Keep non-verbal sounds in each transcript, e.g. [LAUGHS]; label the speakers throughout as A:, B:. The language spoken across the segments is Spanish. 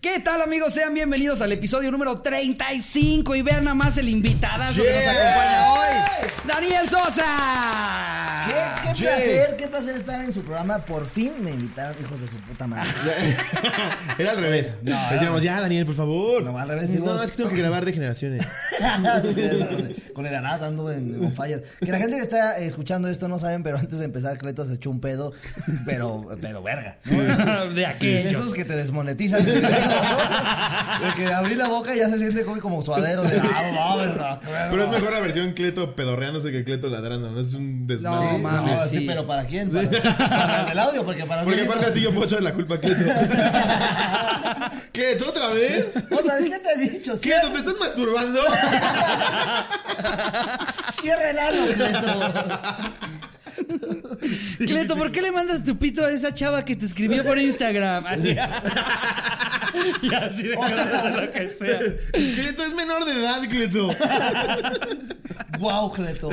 A: ¿Qué tal amigos? Sean bienvenidos al episodio número 35 y vean nada más el invitadazo que nos
B: Yeah.
A: acompaña hoy, Daniel Sosa.
B: Qué, qué
C: Ah, Jay.
B: placer, qué placer estar en su programa. Por fin me invitaron, hijos de su
C: [LAUGHS]
B: puta madre. [LAUGHS]
C: Era al revés. Decíamos, ya, Daniel, por favor.
B: No, al revés,
C: No,
B: digo,
C: es que tengo que grabar de generaciones.
B: Con el arado ando en on fire. Que la gente que está eh, escuchando esto no saben, pero antes de empezar, Cleto se echó un pedo, pero, pero verga. [LAUGHS] ¿no?
A: De
B: De
A: aquellos.
B: Esos que te
C: [LAUGHS]
B: desmonetizan. el video, ¿no? De que abrí la boca y ya se siente como, como suadero. De, ah, no, verdad.
C: Pero es mejor la versión Cleto pedorreándose que Cleto ladrando. No es un desmadre.
A: No,
B: Sí,
A: mames,
B: no, sí,
A: sí.
B: pero ¿para quién? Para, para el audio, porque para mí
C: Porque
B: esto- [LAUGHS]
C: aparte así yo puedo echarle la culpa a Cleto. Cleto, ¿otra vez?
B: Otra vez, ¿qué te he dicho?
C: Cleto, ¿me estás masturbando?
B: Cierra el ano, Cleto.
A: Cleto, ¿por qué le mandas tu pito a esa chava que te escribió por
B: [LAUGHS]
A: Instagram? Así. [LAUGHS] y así de cosas, lo que sea.
C: Cleto es menor de edad, Cleto.
B: Guau, Cleto.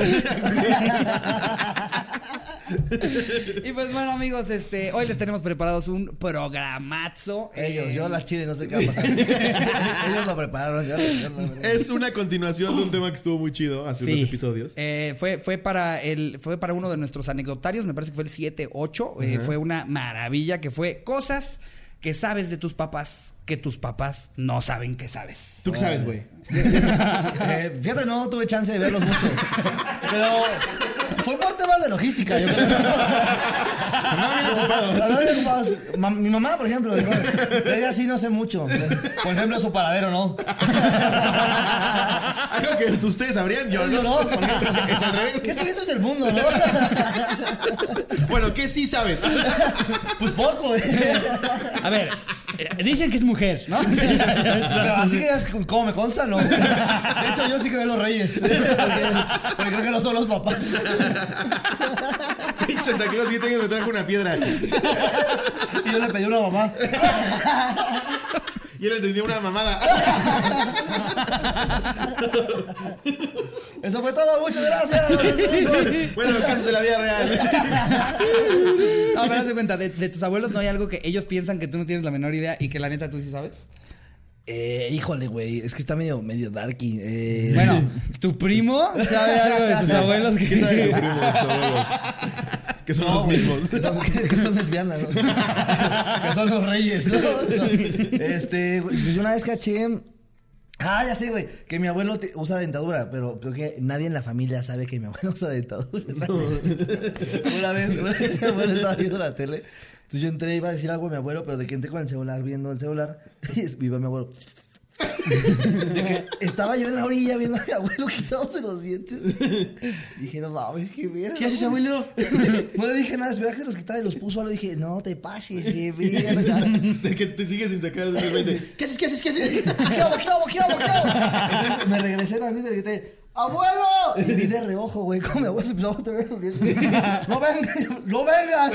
A: Y pues bueno amigos, este, hoy les tenemos preparados un programazo.
B: Ellos,
A: Eh,
B: yo las chiles, no sé qué va a [LAUGHS] pasar. Ellos lo prepararon, yo, yo lo-
C: Es una continuación de un tema que estuvo muy chido hace unos episodios.
A: Eh, fue, fue, para el, fue para uno de nuestros anecdotarios, me parece que fue el 7-8. eh, fue una maravilla que fue cosas que sabes de tus papás que tus papás no saben que sabes.
C: ¿Tú qué sabes, güey? [LAUGHS]
B: Eh, fíjate, no tuve chance de verlos mucho. Pero fue por temas de logística, yo creo. Andaba bien ocupados. Ma- Mi mamá, por ejemplo, dijo, de ella sí no sé mucho. Por ejemplo, su paradero, ¿no?
C: Algo que ustedes sabrían, yo
B: Yo
C: no.
B: no, por ejemplo.
C: Es al revés.
B: Qué chiquito es el mundo, ¿no?
C: Bueno, ¿qué sí sabes?
B: Pues poco, ¿eh?
A: A ver, eh, dicen que es mujer, ¿no? [LAUGHS]
B: Pero así que es como me consta, no. De hecho, yo sí creo en los reyes. [LAUGHS] Porque, porque creo que no son los papás.
C: Pinche [LAUGHS] Santa Claus, siete años me trajo una piedra.
B: Y yo le pedí una mamá.
C: Y él entendió una mamada.
B: Eso fue todo, muchas gracias.
C: Bueno, los casos de la vida real.
A: No, pero haz de cuenta, de, de tus abuelos no hay algo que ellos piensan que tú no tienes la menor idea y que la neta tú sí sabes.
B: Eh, híjole, güey. Es que está medio, medio darky. Eh,
A: Bueno, tu primo sabe algo de [LAUGHS] tus abuelos que...
C: ¿Qué sabe tu primo, tu abuelo? Que son los mismos.
B: Que [LAUGHS] son, que son lesbianas, ¿no? que son los reyes, ¿no? No. Este, güey, pues yo una vez caché. Ah, ya sé, güey, que mi abuelo te- usa dentadura, pero creo que nadie en la familia sabe que mi abuelo usa dentadura. Espérate. una, vez, una vez mi abuelo estaba viendo la tele. Entonces yo entré, iba a decir algo a mi abuelo, pero de que entré con el celular, viendo el celular, [LAUGHS] y iba mi abuelo. De que [LAUGHS] estaba yo en la orilla viendo a mi abuelo quitándose
C: [LAUGHS]
B: los dientes. Dije, no mames, qué mierda.
C: ¿Qué haces, abuelo?
B: [LAUGHS] No le dije nada, esperaba que los quitara y los puso. Algo dije, no te
C: [LAUGHS]
B: pases, de verga.
C: De que te sigues sin sacar de repente. ¿Qué haces, qué haces, qué haces?
B: [LAUGHS] ¿Qué hago, qué hago, qué hago, qué hago? Entonces me regresé también y le grité, ¡Abuelo! Y vi de reojo, güey, como mi abuelo se empezó a botar
C: [LAUGHS]
B: los dientes. ¡No vengas! ¡No vengas!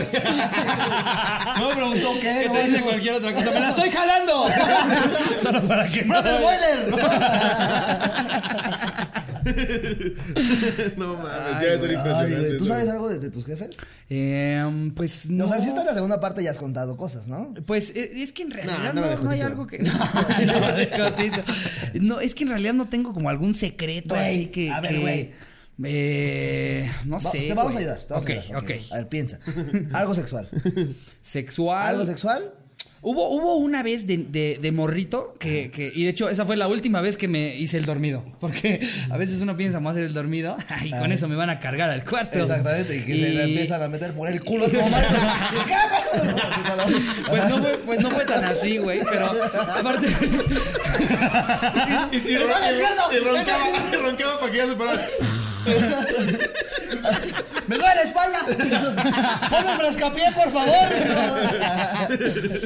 B: No me preguntó [LAUGHS] qué,
A: Que
B: no
A: te dice cualquier otra cosa. ¡Me la estoy jalando! [LAUGHS] Solo para que...
B: ¡Brother
C: [LAUGHS]
B: Boiler!
C: No mames,
A: Ay,
C: ya estoy
B: Ay, güey,
C: impresionante.
B: ¿tú sabes algo de, de tus jefes?
A: Em, pues no...
B: O sea, si está en la segunda parte ya has contado cosas, ¿no?
A: Pues eh, es que en realidad
C: andaba de
A: no, no hay
C: jotito.
A: algo
B: [LAUGHS]
A: que. [LAUGHS] No, andaba de jotito. No, es que en realidad no tengo como algún secreto
B: Güey,
A: así que.
B: a ver,
A: que-
B: güey.
A: eh, no
B: Va-
A: sé.
B: te vamos
A: güey.
B: a ayudar. Te vamos
A: ok,
B: a ayudar.
A: ok.
B: A ver, piensa. Algo
A: [LAUGHS]
B: sexual.
A: Sexual.
B: ¿Algo sexual?
A: Hubo, hubo una vez de, de- de morrito que, que- Y de hecho, esa fue la última vez que me hice el dormido. [LAUGHS] Porque a veces uno piensa, me voy a hacer el dormido. [LAUGHS] Y con eso me van a cargar al cuarto.
B: Exactamente, y que se le empiezan a meter por el culo a tu mamá.
A: [LAUGHS] Pues
B: [LAUGHS]
A: no, fue, pues no fue tan así, güey. Pero aparte.
C: Y, y, y,
B: ¡Me duele el pierno!
C: y roncaba, y roncaba para que ya se parara.
B: ¡Me duele la espalda! ¡Ponme frescapié, por favor!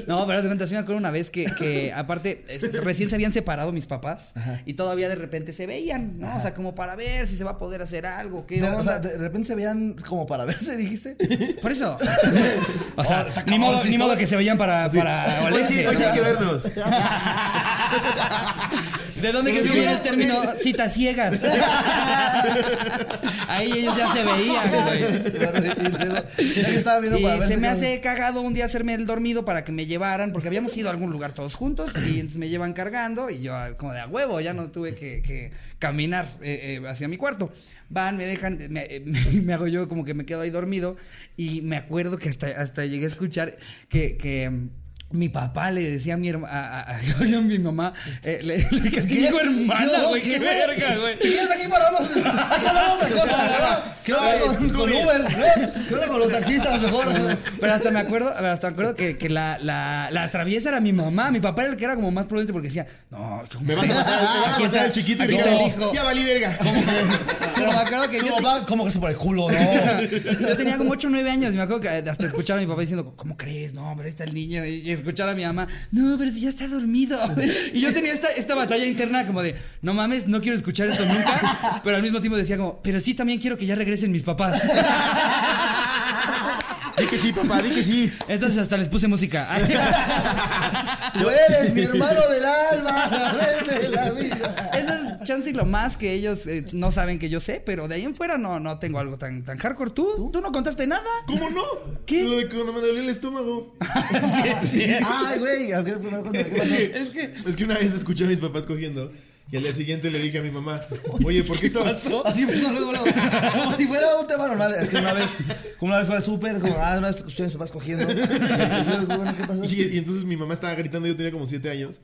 A: No, pero haz de cuenta, sí me acuerdo una vez que, que, aparte, es- recién se habían separado mis papás y todavía de repente se veían, ¿no? O sea, como para ver si se va a poder hacer algo, qué
B: No, o sea,
A: onda.
B: de repente se veían como para verse,
A: [LAUGHS]
B: dijiste.
A: Por
B: [LAUGHS]
A: eso. O sea,
B: Oh, está
A: ni,
B: cabrón,
A: modo,
B: sí,
A: ni modo
B: estoy-
A: que se veían para, para
C: Hoy sí,
A: olerse,
C: hoy sí
A: ¿no?
C: hay que vernos.
A: ¿De dónde crees que viene el término citas
B: [LAUGHS]
A: ciegas? Ahí ellos ya se veían, güey.
B: Ya que estaba viendo
A: Y
B: para ver
A: se
B: si
A: me
B: yo-
A: hace cagado un día hacerme el dormido para que me llevaran, porque habíamos ido a algún lugar todos juntos y entonces me llevan cargando y yo ah, como de a huevo, ya no tuve que, que caminar eh, eh, hacia mi cuarto. Van, me dejan, me, eh, [LAUGHS] me hago yo como que me quedo ahí dormido y me acuerdo que hasta, hasta llegué a escuchar que... que, mm, mi papá le decía a mi hermana, a, a- [LAUGHS] a mi mamá, eh, le, le- que dijo hermana, güey, qué verga, güey.
B: ¿Qué quieres
A: [LAUGHS]
B: aquí paramos? Hay que hablar de otra cosa, ¿no? ¿Qué onda con, con Uber? ¿no? ¿Qué onda con los taxistas
A: [LAUGHS]
B: mejor? no?
A: Pero hasta me acuerdo, hasta me acuerdo que, que la, la, la traviesa era mi mamá. Mi papá era el que era como más prudente porque decía, no, yo- [LAUGHS]
C: Me vas a matar, me vas a
A: Aquí
C: matar
A: está-
C: al chiquito y
A: aquí
C: me
A: está el
C: dijo,
A: hijo.
C: Ya valí verga.
A: Pero me acuerdo que
B: Su
A: yo,
B: papá, ¿Cómo que se por el culo? No.
A: yo tenía como 8 o 9 años y me acuerdo que hasta escuchar a mi papá diciendo, ¿cómo crees? No, pero ahí está el niño. Y escuchar a mi mamá, no, pero si ya está dormido. Y yo tenía esta, esta batalla interna como de, no mames, no quiero escuchar esto nunca. Pero al mismo tiempo decía como, pero sí también quiero que ya regresen mis papás.
C: Di que sí, papá, di que sí.
A: Entonces hasta les puse música.
B: Tú
A: [LAUGHS]
B: eres mi hermano del alma, la vez de la vida.
A: Eso es chance y lo más que ellos eh, no saben que yo sé, pero de ahí en fuera no, no tengo algo tan, tan hardcore. ¿Tú? ¿Tú? no contaste [LAUGHS] nada?
C: ¿Cómo no?
A: ¿Qué?
C: Lo de cuando me dolió el estómago.
B: Ay, güey, ¿a qué- ¿qué
C: [LAUGHS]
B: pasó?
C: Es que... Es que una vez escuché a mis papás cogiendo y al día siguiente le dije a mi mamá, oye, ¿por qué estabas...?
B: Así pasó luego, luego. Como si fuera un tema normal. Es que una vez, como una vez fue al súper, como, ah, una vez escuché a mis papás cogiendo. Y yo, bueno, ¿qué pasó?
C: Y, y entonces mi mamá estaba gritando, yo tenía como 7 años.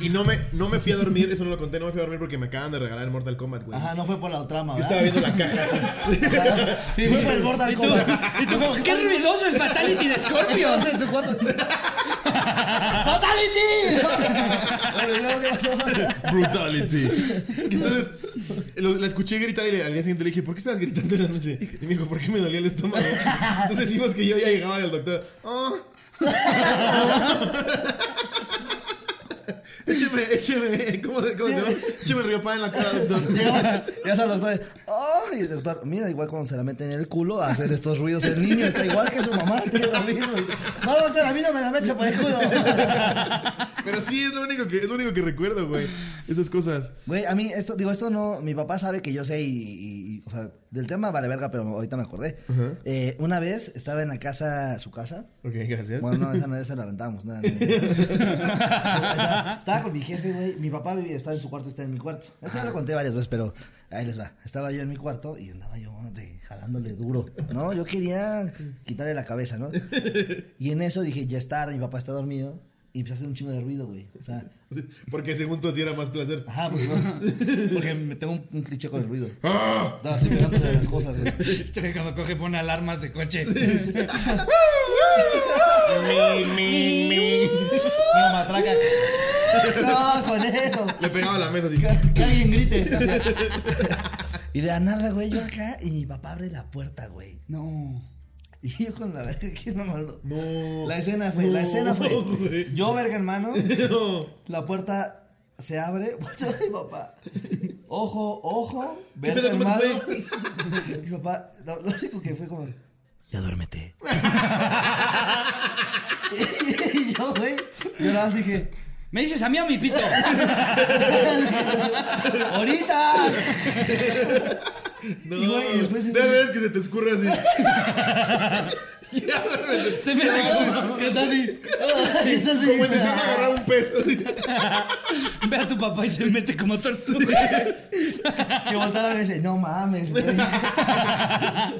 C: Y no me, no me fui a dormir, eso no lo conté, no me fui a dormir porque me acaban de regalar el Mortal Kombat, güey.
B: Ajá, no fue por la trama,
C: Yo estaba
B: ¿verdad?
C: viendo la caja así.
B: Sí, fue por el Mortal
A: ¿Y tú?
B: Kombat.
A: ¿Y tú? ¡Qué
B: [LAUGHS]
A: ruidoso el Fatality de Scorpio!
B: Estabas en tu cuarto. [LAUGHS] ¡Fatality! Bueno, y luego, ¿qué pasó?
C: Brutality. Entonces, lo- la escuché gritar y le- al día siguiente le dije, ¿por qué estabas gritando en la noche? Y me dijo, ¿por qué me dolía el estómago? Entonces hicimos que yo ya llegaba al doctor. "Ah". [LAUGHS] écheme, écheme. ¿Cómo, se- cómo se llama? Écheme riopá en la cara, doctor.
B: Llegabas, [LAUGHS] llegas al doctor y, "Ay", el doctor, mira, igual cuando se la meten en el culo a hacer estos ruidos, el niño está igual que su mamá, tiene lo mismo. Y tú, No, doctor, a mí no me la mete por el culo.
C: Pero sí, es lo único que, es lo único que recuerdo, güey. Esas cosas.
B: Güey, a mí, esto, digo, esto no, mi papá sabe que yo sé y, y- y, o sea, del tema vale verga, pero ahorita me acordé. Eh, una vez estaba en la casa, su casa.
C: Ok, gracias.
B: Bueno, no, esa no esa la rentamos. No, era mía. estaba, estaba con mi jefe, güey. Mi papá vivía, estaba en su cuarto, está en mi cuarto. Esto ya lo conté varias veces, pero ahí les va. Estaba yo en mi cuarto y andaba yo de- jalándole duro. No, yo quería quitarle la cabeza, ¿no? Y en eso dije, ya es tarde, mi papá está dormido. Y empecé a hacer un chingo de ruido, güey. O sea,
C: Porque según tú así era más placer.
B: ajá, pues no. Porque me tengo un, un cliché con el ruido.
C: ¡Ah!
B: Estaba así pegando de las cosas, güey.
A: [LAUGHS] Este güey cuando coge pone alarmas de coche. [LAUGHS]
B: Una matraca. No, con eso.
C: Le pegaba a la mesa así.
B: Que- Que alguien
C: [LAUGHS]
B: grite. y de la nada, güey, yo acá y mi papá abre la puerta, güey.
A: No.
B: Y yo con la verga que no me habló.
C: No.
B: La escena fue, la
C: No,
B: escena fue.
C: güey.
B: Yo, verga, hermano, la puerta se abre. [LAUGHS] Volteo a mi papá. Ojo, ojo, verga,
C: pedo, cómo te
B: hermano.
C: fue?
B: [LAUGHS] Mi papá, lo, lo único que fue como,
C: [LAUGHS]
B: ya duérmete. [LAUGHS] y yo, güey, yo nada más dije, [LAUGHS]
A: Me dices a mí o a mi [LAUGHS] pito.
B: ¡Ahorita!
C: No.
B: Y, güey, y después-
C: De vez que se te escurre
B: [LAUGHS]
C: así. Ya, duérmete.
A: Se me
B: ¿Qué está así? ¿Qué está así?
C: Como intenté agarrar un pez.
A: Ve a tu papá y se mete como tortuga.
B: Que botaron ese. No mames, güey.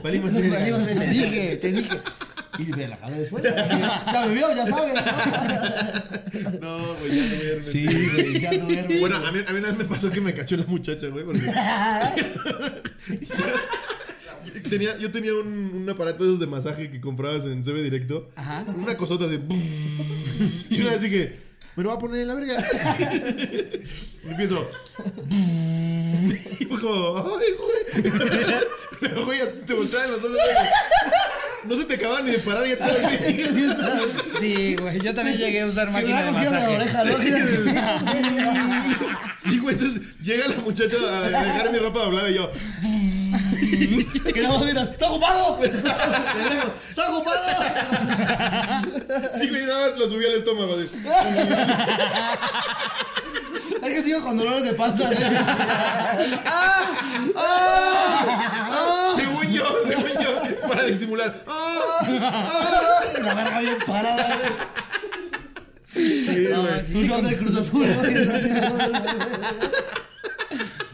C: Valimos
B: Nos
C: verga.
B: valimos, güey, Te dije, te dije. Y me la jalé después. Ya me vio, ya sabe.
C: No, güey, ya no voy a dormir.
B: güey, pues, ya duerme. [LAUGHS]
C: Bueno, a mí, a mí una vez me pasó que me cachó la muchacha, güey. Porque tenía, yo tenía un, un aparato de esos de masaje que comprabas en CB Directo.
A: Ajá.
C: Una cosota de. Y una vez dije, me lo va a poner en la verga. y empiezo. y fue como, ay, güey. Pero, güey, ya te volteaban los ojos. güey. No se te acababan ni de parar, ya te
A: Sí, güey. Yo también llegué a usar
B: Me
A: máquina
B: la
A: de
B: cogieron la
A: masaje.
B: oreja, ¿no?
C: Sí, güey, entonces llega la muchacha a dejar mi ropa doblada y yo.
B: [LAUGHS] Que nada más miras, ¡está ocupado! [LAUGHS] ¡Está ocupado!
C: Sí, güey, nada más lo subí al estómago. así.
B: Ay, que sigo con dolores de panza.
A: ¡Ah! ¡Ah!
C: Según yo, según yo, para disimular. ¡Ah!
B: La verga bien parada, güey.
C: Sí,
A: No,
C: güey.
A: sí,
B: Un short de Cruz Azul. ¿no? Y está así,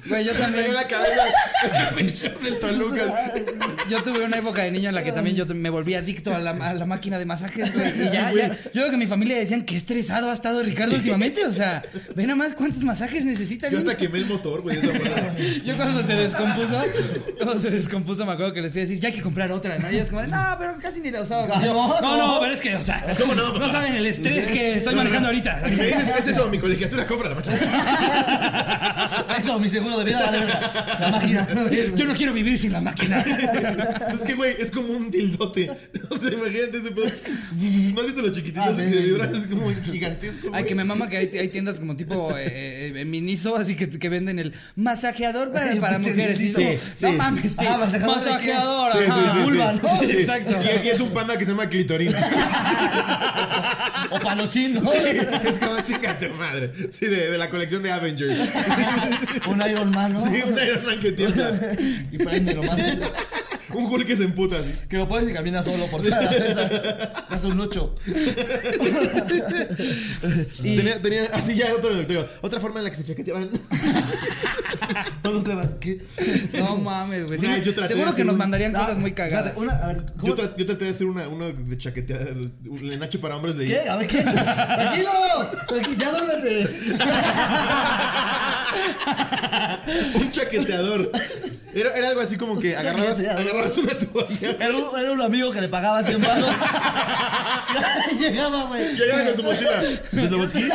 A: Güey, yo
C: Me dio
A: también.
C: la cabeza el short [LAUGHS] del Toluca.
A: Yo tuve una época de niño en la que también yo t- me volví adicto a la, a la máquina de masajes, güey. Y ya, ya. Yo creo que mi familia decían que estresado ha estado Ricardo últimamente. O sea, ve nada más cuántos masajes necesitan.
C: Yo hasta quemé el motor, güey. esa parada.
A: Yo cuando se descompuso, cuando se descompuso, me acuerdo que les iba a decir, ya hay que comprar otra, ¿no? Y ellos como, de, no, pero casi ni la usábamos. Yo,
B: Ah,
A: No,
B: No, no.
A: no, pero es que, o sea,
C: no,
A: no
C: papá?
A: saben el estrés que estoy manejando ahorita.
C: Si me dices que es eso, mi colegiatura compra la máquina.
B: Eso, mi seguro de vida, la verga. La máquina.
A: Yo no quiero vivir sin la máquina.
C: Es que, güey, es como un dildote. [LAUGHS] O sea, imagínate ese pedo. ¿No has visto los chiquititos
B: Ah, sí,
C: que
B: sí, sí.
C: vibran? Es como gigantesco.
A: Ay,
C: güey.
A: que me mama que hay, hay tiendas como tipo eh, eh, eh, Miniso, así que, que venden el masajeador para,
B: El
A: para
B: pinche
A: mujeres. Y es
B: sí,
A: como, no
C: sí.
A: mames, sí.
B: Ah, ¿masajeador de qué?
A: masajeador,
C: Sí, sí,
A: ajá.
C: sí, sí.
B: vulva, ¿no?
C: Sí.
A: Exacto.
C: Y, y es un panda que se llama clitorino.
B: O palochín,
C: [LAUGHS]
B: ¿no?
C: es como chica tu madre. Sí, de, de la colección de Avengers.
B: Un Iron Man, ¿no?
C: Sí, un Iron Man que tiembla.
B: Y préndelo, madre.
C: Un Hulk que se emputa así.
B: Que lo pones y camina solo por cada esa. Das un 8.
C: Tenía, tenía, así ya otro digo, Otra forma en la que se chaqueteaban.
B: ¿Dónde te vas? ¿Qué?
A: No mames, güey. Sí,
C: Una vez yo traté de
A: seguro que
C: hacer
A: nos
C: un-
A: mandarían
B: Ah,
A: cosas muy cagadas.
B: espérate, Una, a ver, ¿cómo?
C: Yo, tra- yo traté de hacer una, una de chaquetear. El Nacho para hombres de
B: ¿Qué? A ver, ¿qué? ¡Tranquilo! Tranquilo, ¡Ya duérmete!
C: Un chaqueteador. Era, era algo así como que agarrabas,
B: chaqueteador.
C: agarrabas una toalla. [LAUGHS]
B: Era un, era un amigo que le pagaba 100 pesos. Llegaba, güey.
C: Llegaba con su
B: [LAUGHS]
C: mochila. Slobodsky.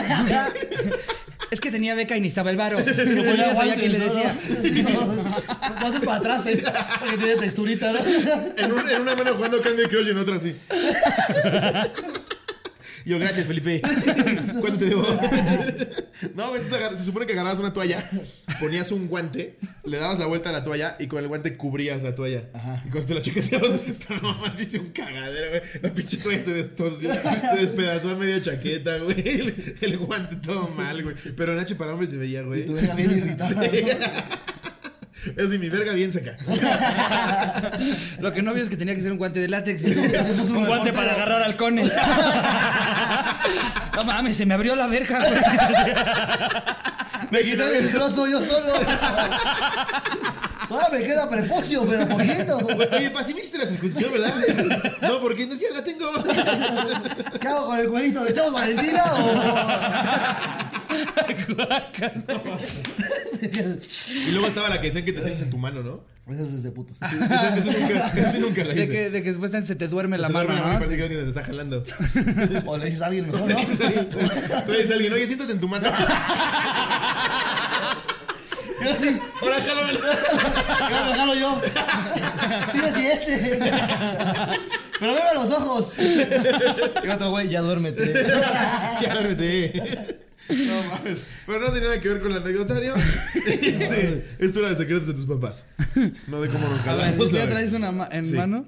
A: Es que tenía beca y necesitaba el varo. Pero pues yo ya sabía quién le decía.
B: ¿Cuántos para atrás es? Porque tiene texturita, ¿no?
C: En, un- en una mano jugando Candy Crush y en otra así. Yo, gracias, Felipe. ¿Cuánto te debo? [LAUGHS] No, güey, entonces agar- se supone que agarrabas una toalla, ponías un guante, le dabas la vuelta a la toalla y con el guante cubrías la toalla. Y cuando te la chaqueteabas, pero no mames, hice un cagadero, güey. La pinche toalla se destorció, se despedazó a media chaqueta, güey. El, el guante todo mal, güey. Pero Nacho para hombres se veía, güey. [LAUGHS]
B: Tú eres bien irritado.
C: Es de mi verga bien seca.
A: Lo que no vio es que tenía que ser un guante de látex.
B: puso
A: un
B: un
A: guante
B: reportero.
A: para agarrar halcones. [LAUGHS] No mames, se me abrió la verja. güey.
C: Me
B: Está el escroto yo solo. Todavía me queda prepucio, pero poquito.
C: Oye, pa, sí me hiciste la circuncisión, ¿verdad? No, porque no, ya la tengo.
B: ¿Qué hago con el cuerito? ¿Le echamos Valentina
A: Guácala.
B: o...?
C: Y luego estaba la que decían que te sientes en tu mano, ¿no?
B: Pues Eso es de putos.
C: Esa- Eso nunca, eso nunca la
A: De
C: hice.
A: que, de que después se te duerme la
C: Te duerme
A: mano,
C: la mano y
A: ¿no?
C: parece que alguien te la está jalando.
B: O le dices a alguien mejor,
C: Le
B: ¿no?
C: dices a alguien- Tú le dices a alguien, oye, siéntate en tu mano.
B: Y ahora sí,
C: Ahora jálame.
B: ahora lo jalo yo. Sí, sí, este. Pero veme a los ojos. Y otro güey, ya duérmete.
C: Ya, duérmete. No mames. Pero no tenía nada que ver con el anecdotario. Este, esto era de secretos de tus papás. No de cómo nos jalamos.
A: ¿Por
C: Pues la
A: Pues, qué
C: verga.
A: traes una ma- en
C: Sí.
A: mano?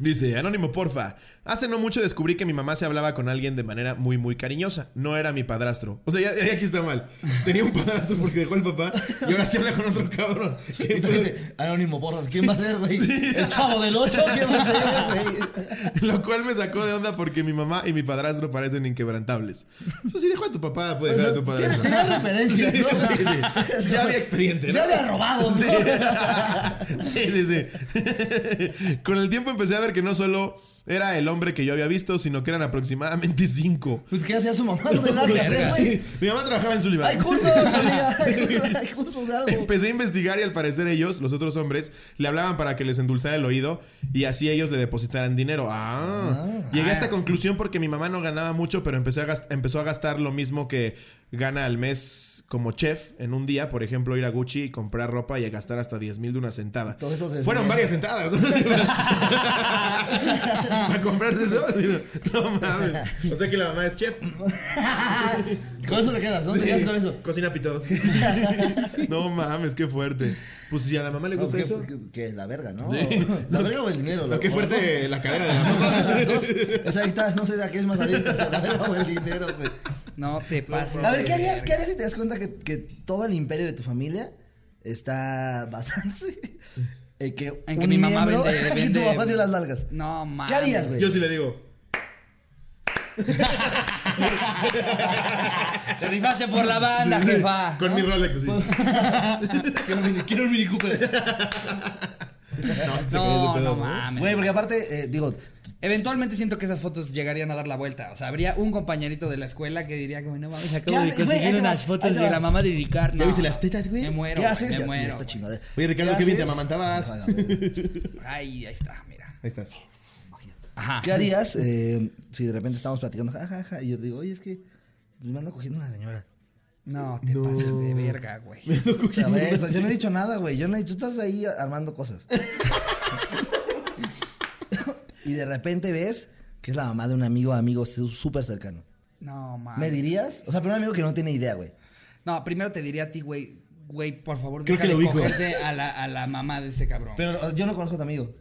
C: Dice, Anónimo, porfa. Hace no mucho descubrí que mi mamá se hablaba con alguien de manera muy, muy cariñosa. No era mi padrastro. O sea, ya, ya aquí está mal. Tenía un padrastro porque dejó al papá y ahora se habla con otro
B: [LAUGHS]
C: cabrón.
B: Y tú dices, anónimo, porro, ¿quién va a ser, güey? ¿El chavo del 8? ¿Quién va a ser, güey?
C: [LAUGHS] Lo cual me sacó de onda porque mi mamá y mi padrastro parecen inquebrantables. Pues si dejó a tu papá, puede dejar a tu
B: O sea,
C: padrastro.
B: Tenía referencias, ¿no?
C: Sí, sí.
B: Es
C: Ya
B: como-
C: había expediente, ¿no?
B: Ya había robado, ¿no? [LAUGHS]
C: Sí, [LAUGHS] sí, sí. [LAUGHS] Con el tiempo empecé a ver que no solo era el hombre que yo había visto, sino que eran aproximadamente cinco.
B: Pues qué hacía su mamá, no tenía nada que
C: [LAUGHS]
B: hacer, güey.
C: Mi mamá trabajaba en su
B: Hay cursos, amiga. hay- Hay cursos de
C: [LAUGHS]
B: algo.
C: Empecé a investigar y al parecer ellos, los otros hombres, le hablaban para que les endulzara el oído y así ellos le depositaran dinero. Ah. Llegué a esta conclusión porque mi mamá no ganaba mucho, pero empecé a gast- empezó a gastar lo mismo que gana al mes como chef en un día, por ejemplo, ir a Gucci y comprar ropa y a gastar hasta 10 mil de una sentada.
B: Todo eso se-
C: Fueron varias sentadas. ¿no? [LAUGHS] pues.
B: [LAUGHS]
C: Para comprar eso. No mames. O sea que la mamá es chef.
B: Con eso te quedas, ¿no? Te quedas con eso.
C: Cocina pitos.
A: [LAUGHS]
C: no mames, qué fuerte. Pues si a la mamá le
B: No,
C: gusta
B: que,
C: eso.
B: que- que la verga, ¿no?
C: Sí.
B: La verga o el dinero.
C: Lo
B: la-
C: que
B: o las
C: fuerte la cadera de la
B: dos.
A: [LAUGHS]
C: mamá.
B: [LAUGHS] Las dos. O sea, ahí está, no sé de a qué es más adicta, si a la verga o el dinero, güey.
A: No te pases.
B: A ver,
A: de
B: ¿qué harías,
A: verga.
B: ¿qué harías si te das cuenta que, que todo el imperio de tu familia está basándose en que,
A: En que
B: un
A: mi mamá
B: miembro-
A: vende,
B: [LAUGHS] en que
A: vende-
B: tu mamá dio las largas?
A: No, mames.
B: ¿Qué harías, güey?
C: Yo sí le digo.
A: Te rifaste por la banda,
C: Sí, sí,
A: jefa.
C: Con
A: ¿no? [LAUGHS]
C: mi Rolex así.
D: Quiero un mini, quiero un mini Cooper.
A: No, no mames.
B: Güey, porque aparte, eh, digo,
A: Eventualmente siento que esas fotos llegarían a dar la vuelta. O sea, habría un compañerito de la escuela que diría como, no mames, acabo
B: ¿Qué
A: de
B: haces,
A: conseguir
B: güey? Ahí te va,
A: unas fotos
B: ahí te
A: de
B: va.
A: la mamá de dedicar.
C: ¿Ya viste las tetas, güey?
A: Me muero,
B: ¿qué haces?
A: me
B: Ya,
A: muero.
B: está
A: güey.
B: chingadera.
C: Oye, Ricardo,
B: ¿Qué
C: qué bien te
B: haces?
C: amamantabas. Ahí [LAUGHS]
A: Ay, ahí está, mira.
C: estás.
A: Ajá.
B: ¿Qué harías eh, si de repente estamos platicando, jajaja, y yo te digo, oye, es que pues, me ando cogiendo una
C: [LAUGHS]
B: señora?
A: No, te pases de verga, güey.
B: O sea, güey, pues yo no he dicho nada, güey. Yo no he- tú estás ahí armando
C: [LAUGHS]
B: cosas. y de repente ves que es la mamá de un amigo, amigo su- súper cercano.
A: No, mames.
B: ¿Me dirías? O sea, pero un amigo que no tiene idea, güey.
A: No, primero te diría a ti, güey, güey, por favor,
C: Creo que
A: deja
C: lo
A: de
C: ubico.
A: cogerte a la, a la mamá de ese cabrón.
B: Pero o sea, yo no conozco a tu amigo.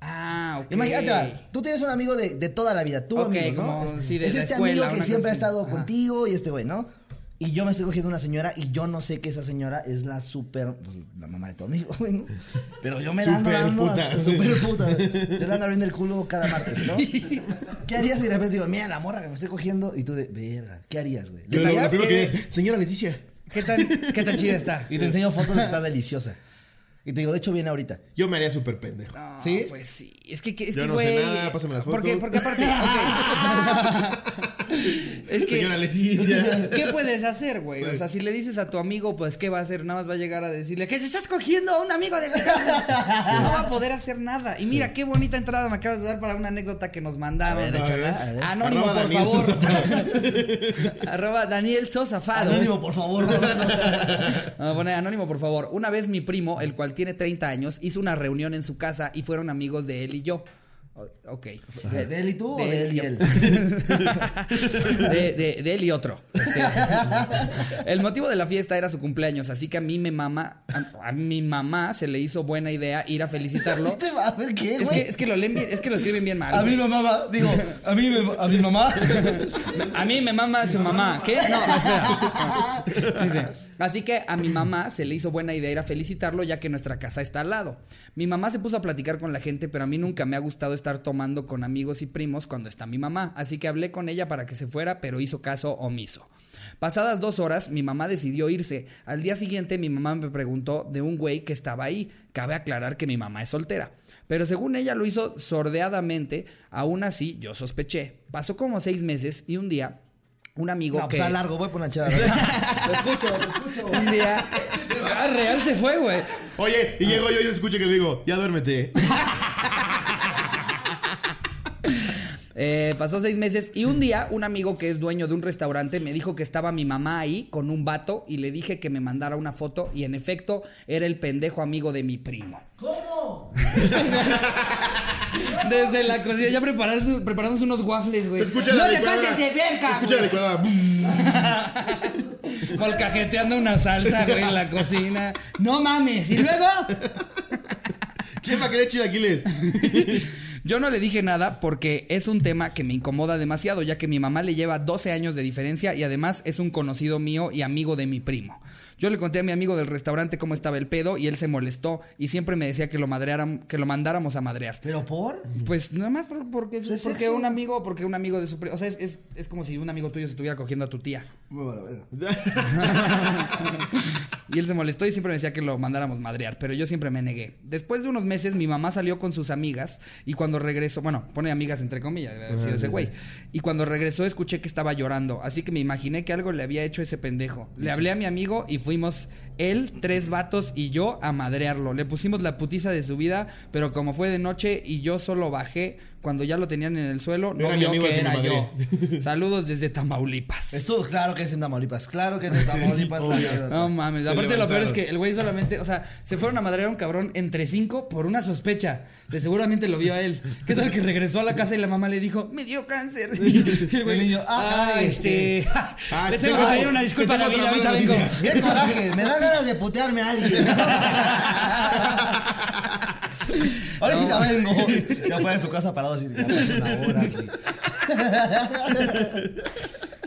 A: ah, ok.
B: Imagínate, va, tú tienes un amigo de, de toda la vida, tú
A: Ok,
B: amigo, ¿no?
A: como,
B: es
A: sí, de
B: es
A: la
B: este
A: escuela,
B: amigo
A: una
B: que
A: cosa
B: siempre ha
A: así.
B: estado
A: Ajá.
B: contigo y este güey, ¿no? Y yo me estoy cogiendo una señora y yo no sé que esa señora es la súper, pues, la mamá de tu amigo, güey, ¿no? Pero yo me la ando
C: Súper
B: dando,
C: puta,
B: a-
C: sí.
B: súper puta. Yo le ando abriendo el culo cada
A: [LAUGHS]
B: martes, ¿no? ¿Qué harías si de repente digo, mira la morra que me estoy cogiendo? Y tú de, verga, ¿qué harías, güey?
C: Yo
B: ¿Le
C: le digo,
B: darías?
C: lo primero
A: que-
C: que es, señora Leticia.
A: ¿Qué tan, qué tan chida está?
B: Y te enseño fotos de que está deliciosa. Y te digo, de hecho viene ahorita.
C: Yo me haría súper pendejo.
A: [LAUGHS]
C: [LAUGHS]
A: No,
B: [LAUGHS] ¿Sí?
A: Pues sí. Es que, que- es
C: Yo
A: que,
C: no sé
A: güey.
C: nada, pásame las
A: Porque,
C: fotos.
A: porque
B: [LAUGHS]
A: aparte.
C: [LAUGHS]
A: ok. es que.
C: Señora
A: [LAUGHS]
C: Leticia.
A: ¿Qué puedes hacer, güey? O sea, si le dices a tu amigo, pues, ¿qué va a hacer? Nada más va a llegar a decirle que se estás cogiendo a un amigo
B: [LAUGHS]
A: de. [LAUGHS] No va a poder hacer nada. Y mira, qué bonita entrada me acabas de dar para una anécdota que nos mandaron.
B: A ver, échala, a ver.
A: Anónimo,
C: Arroba
A: por
C: Daniel
A: favor. [LAUGHS]
C: Sosa.
A: Arroba Daniel Sosa Fado.
B: Anónimo, por favor.
A: [LAUGHS] Ah, bueno, anónimo, por favor. Una vez mi primo, el cual tiene 30 años, hizo una reunión en su casa y fueron amigos de él y yo. O- Ok.
B: [LAUGHS] ¿De, de él y tú o de él y
A: yo.
B: él? [LAUGHS]
A: De, de- de él y otro. Este, [LAUGHS] el motivo de la fiesta era su cumpleaños, así que a mí me mama, a, a mi mamá se le hizo buena idea ir a
B: [LAUGHS]
A: felicitarlo.
B: ¿Te va a ver qué, güey?
A: Es que, es que lo leen bien- es que lo escriben bien mal.
B: A mi
A: güey.
B: mamá, va- digo, a mí, me- a mi mamá.
A: A mí me mama su mamá. ¿Qué? No, espera. Dice, así que a mi mamá se le hizo buena idea ir a felicitarlo ya que nuestra casa está al lado. Mi mamá se puso a platicar con la gente, pero a mí nunca me ha gustado estar tomando con amigos y primos cuando está mi mamá. Así que hablé con ella para que se fuera, pero hizo caso omiso. Pasadas dos horas, mi mamá decidió irse. Al día siguiente, mi mamá me preguntó de un güey que estaba ahí. Cabe aclarar que mi mamá es soltera. Pero según ella lo hizo sordeadamente, aún así yo sospeché. Pasó como seis meses y un día, un amigo
B: No, pues
A: que.
B: está largo, voy por una chava. Lo escucho, lo escucho.
A: un día. Ah, real se fue, güey.
C: Oye, y llego yo y escucho que le digo, ya duérmete.
A: Eh, pasó seis meses y un día un amigo que es dueño de un restaurante me dijo que estaba mi mamá ahí con un vato y le dije que me mandara una foto y en efecto era el pendejo amigo de mi primo.
B: ¿Cómo?
A: [LAUGHS] Desde la cocina ya prepararse, preparamos unos waffles, güey.
C: Se escucha
A: no
C: la
A: te
C: licuadora.
A: pases de
C: Se
A: verga.
C: escucha la licuadora. ¡Bum!
A: güey. Molcajeteando una salsa, güey,
B: [LAUGHS]
A: en la cocina. No mames. Y luego
C: ¿Quién va a querer chilaquiles?
A: Yo no le dije nada porque es un tema que me incomoda demasiado, ya que mi mamá le lleva 12 años de diferencia y además es un conocido mío y amigo de mi primo. Yo le conté a mi amigo del restaurante cómo estaba el pedo y él se molestó y siempre me decía que lo madrearam- que lo mandáramos a madrear.
B: ¿Pero por?
A: Pues nada más por- porque,
B: Pues es
A: porque
B: eso.
A: un amigo, porque un amigo de su primo. O sea, es, es- es como si un amigo tuyo se estuviera cogiendo a tu tía.
C: [LAUGHS]
A: Y él se molestó y siempre me decía que lo mandáramos madrear, pero yo siempre me negué. Después de unos meses, mi mamá salió con sus amigas y cuando regresó, bueno, pone amigas entre comillas, debe haber
C: Ah,
A: sido ese güey. Y cuando regresó, escuché que estaba llorando, así que me imaginé que algo le había hecho ese pendejo. Le hablé a mi amigo y fuimos él, tres vatos y yo a madrearlo. Le pusimos la putiza de su vida, pero como fue de noche y yo solo bajé cuando ya lo tenían en el suelo, no
C: Era mi
A: vio
C: amigo
A: que
C: el que me
A: era yo. Saludos desde
C: [LAUGHS]
A: Tamaulipas.
B: Esto, claro que es en Tamaulipas. Claro que es en Tamaulipas. la
C: obvio.
B: verdad.
A: No mames,
C: Se
A: aparte lo peor es
C: levantaron.
A: que el güey solamente, o sea, se fueron a madrear a un cabrón entre cinco por una sospecha. De seguramente lo vio a él. ¿Qué tal que regresó a la casa y la mamá le dijo, me dio [LAUGHS] cáncer? Y el güey,
B: El niño, "Ah,
A: ah, [LAUGHS] este.
C: ah,
A: le tengo
C: tengo-
A: que pedir una
C: te
A: disculpa a
C: tengo
A: la vida,
C: otra
A: ahorita
C: mala
A: vengo.
C: noticia.
B: ¡Qué coraje! Me da ganas de putearme a alguien. Ahorita vengo. Ya fue de su casa parado así. Ya pasó una hora, güey.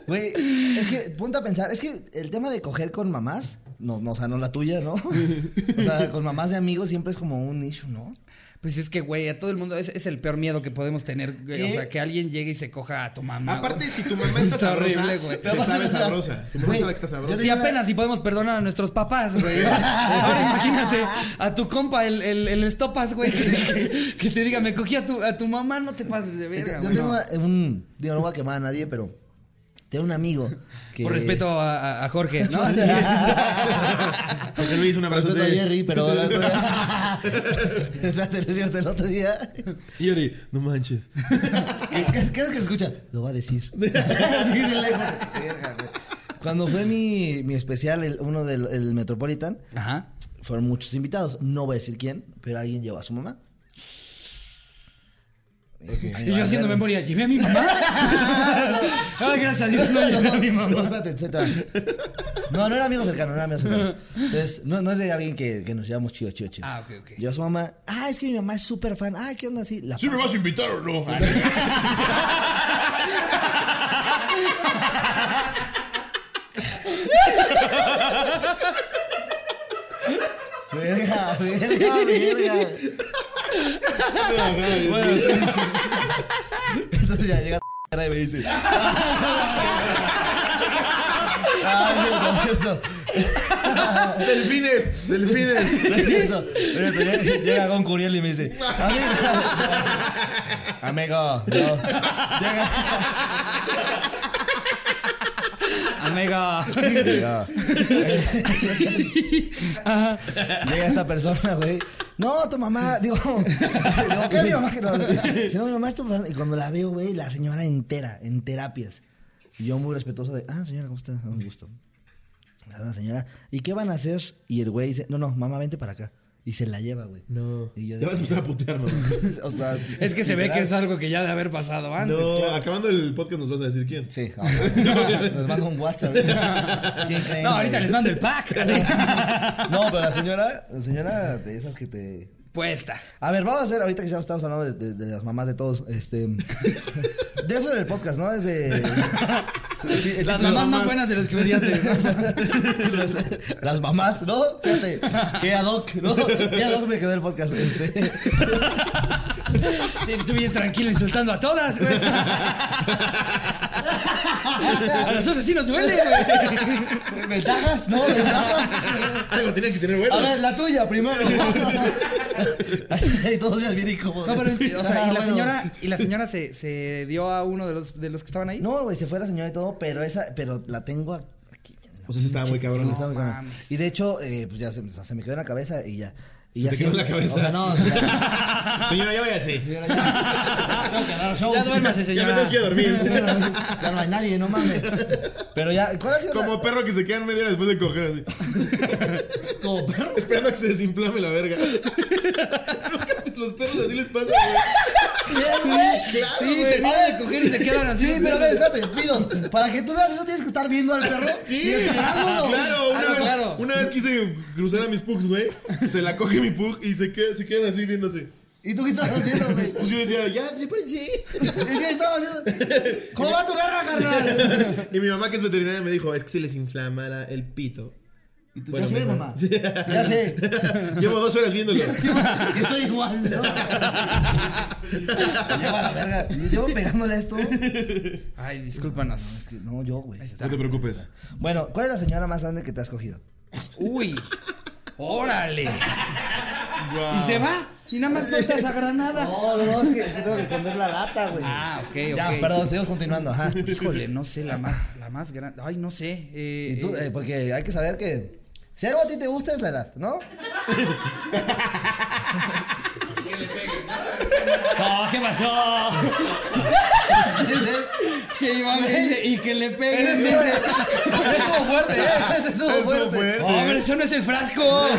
B: Güey, es que, punta a pensar, es que el tema de coger con mamás, no, no, o sea, no la tuya, ¿no? O sea, con mamás de amigos siempre es como un issue, ¿no?
A: Pues es que, güey, a todo el mundo es, es el peor miedo que podemos tener. güey. O
B: ¿Qué?
A: sea, que alguien llegue y se coja a tu mamá. güey.
C: Aparte, si tu mamá está
A: Está horrible,
C: sabrosa,
A: güey.
C: se sabe sabrosa. Tu mamá
B: Güey,
C: sabe que está
B: yo
C: sabrosa.
A: Si
B: tenía una-
A: apenas si podemos perdonar a nuestros papás,
B: [LAUGHS]
A: güey. Ahora imagínate a tu compa, el, el, el estopas, güey, que, que- que te diga, me cogí a tu, a tu mamá, no te pases de verga,
B: Yo
A: güey. No.
B: tengo una- un. Digo, no voy a quemar a nadie, pero. Tengo un amigo que.
A: Por respeto a, a- a Jorge, ¿no?
B: [LAUGHS]
C: Porque Luis, un abrazo
B: Respeto a
C: de...
B: Jerry, pero. el
A: [LAUGHS]
B: otro día- Espérate, no es cierto, el otro día.
C: Jerry, no manches.
B: ¿Qué, qué- qué es lo que escucha? Lo va
A: [LAUGHS]
B: a decir. Así de lejos. Verga, güey. Cuando fue mi, mi especial, el- uno del el Metropolitan,
A: Ajá.
B: fueron muchos invitados. No voy a decir quién, pero alguien llevó a su mamá.
A: Y yo haciendo memoria, ¿llevé a mi
B: [LAUGHS]
A: mamá? Ay, gracias a Dios, [LAUGHS] no llevé a mi
B: No,
A: mamá.
B: espérate, etcétera. No, no era amigo cercano, no era amigo cercano. Entonces, no, no es de alguien que, que nos llevamos chido, chido, chido.
A: Ah, ok, ok.
B: Yo a su mamá, ah, es que mi mamá es súper fan. Ah, ¿qué onda así? La
D: ¿Sí me vas a invitar
C: [LAUGHS]
D: o no?
B: Verga, verga, verga. Bueno, entonces ya llega y me dice. [LAUGHS] Ah, es cierto, es
C: Delfines, delfines.
B: cierto. No es cierto. Pero llega- llega con Curiel y me dice, amigo, [LAUGHS] amigo, no. Llega.
A: Amiga. [LAUGHS]
B: Llega. Llega esta persona, güey. No, tu mamá, digo, [LAUGHS] digo ¿qué es mi mamá que no? Si no, mi mamá es tu fan. Y cuando la veo, güey, la señora entera, en terapias. Y yo muy respetuoso de, ah, señora, ¿cómo está? Ah, Un gusto. La verdad, señora, ¿y qué van a hacer? Y el güey dice, no, no, mamá, vente para acá. Y se la lleva, güey.
C: No.
B: Y yo
C: Te vas a empezar a putear, mamá.
B: [LAUGHS] o sea,
A: Es que se ve que
B: literal.
A: es algo que ya de haber pasado antes.
C: No,
A: claro.
C: acabando el podcast nos vas a decir quién.
B: Sí, ahora. nos manda un
A: [LAUGHS]
B: WhatsApp. ¿Quién creen,
A: No, ahorita
B: güey?
A: les mando el pack.
B: [LAUGHS] No, pero la señora, la señora de esas que te...
A: Puesta.
B: A ver, vamos a hacer, ahorita que ya estamos hablando de, de- de las mamás de todos,
A: [LAUGHS]
B: este... De eso del podcast, ¿no? Es de...
A: Las mamás más buenas de los comediantes. ¿no?
B: Las, [LAUGHS] las mamás, ¿no? Fíjate, qué ad hoc, ¿no? Qué ad hoc me quedó el podcast, este...
A: Sí, estuve bien tranquilo insultando a todas, güey. A nosotros sí nos duele, güey.
B: ¿Ventajas? ¿No? ¿Ventajas?
C: Ah, Algo tenía que tener bueno.
B: A ver, la tuya
A: [LAUGHS]
B: primero. Y todos los días bien incómodos.
A: No, pero es que, o sea,
B: Ah,
A: y la
B: bueno.
A: señora, y la señora se, se dio a uno de los, de los que estaban ahí.
B: No, güey, se fue la señora y todo, pero esa, pero la tengo aquí.
C: O sea, sí estaba muy cabrón.
B: Sí, está muy
A: mames.
B: cabrón. Y de hecho, eh, pues ya se, se me quedó en la cabeza y ya. Y
C: Se
B: ya
C: te quedó en la
B: siempre-
C: cabeza.
B: O sea,
C: [LAUGHS]
B: no. ya-
C: Señora, ya vaya así.
A: Ya duérmase,
C: Ya me
A: señora.
C: tengo que ir a dormir.
B: [LAUGHS] ya no hay nadie, no mames. Pero ya, ¿cuál ha sido? la-
C: Como perro que se quedan media hora después de coger así.
B: [LAUGHS] como perro.
C: Esperando a que se desinflame la verga. [LAUGHS] Nunca, pues, los perros así les pasa. güey.
B: Bien, güey. Claro,
A: Sí,
B: güey.
A: terminan de coger y se quedan así.
B: Sí, pero a ver, espérate, pidos. Para que tú veas eso tienes que estar viendo al perro y esperándolo.
C: Claro, una,
A: Ah, no,
C: vez,
A: claro.
C: una vez quise cruzar a mis pugs, güey. Se la coge mi pug y se, queda- se quedan así viéndose.
B: ¿Y tú qué estás haciendo, güey?
C: Pues yo decía, ya, sí, sí. [LAUGHS]
B: ¿Y qué estaba haciendo? ¿Cómo va tu verga, carnal?
C: Y mi mamá, que es veterinaria, me dijo, es que se les inflama la- el pito. Bueno,
B: ya sé,
C: mejor.
B: mamá. Ya sé.
C: [LAUGHS] Llevo dos horas
B: [LAUGHS]
C: viéndolo.
B: Yo estoy igual, ¿no? Lleva la verga. Yo Llevo pegándole a esto.
A: Ay, discúlpanos.
B: Es que No, yo, güey.
C: No te preocupes.
B: Bueno, ¿cuál es la señora más grande que te has cogido?
A: Uy. Órale.
C: Guau.
A: Y se va. Y nada más sueltas a granada.
B: No, no, es que tengo que esconder la lata, güey.
A: Ah, ok, ok.
B: Ya, perdón, seguimos continuando, ajá.
A: Híjole, no sé, la más, la más grande. Ay, no sé. eh,
B: Y tú,
A: eh,
B: eh, porque hay que saber que si algo a ti te gusta es la edad, [LAUGHS] ¿no?
A: No, ¿qué pasó? Che, Iván, que le- y que le
B: [LAUGHS]
A: peguen.
B: estuvo [LAUGHS] fuerte, ¿eh? Ese Eh. estuvo
C: Estuvo
B: fuerte.
C: fuerte.
A: Oh, pero eso no es el frasco.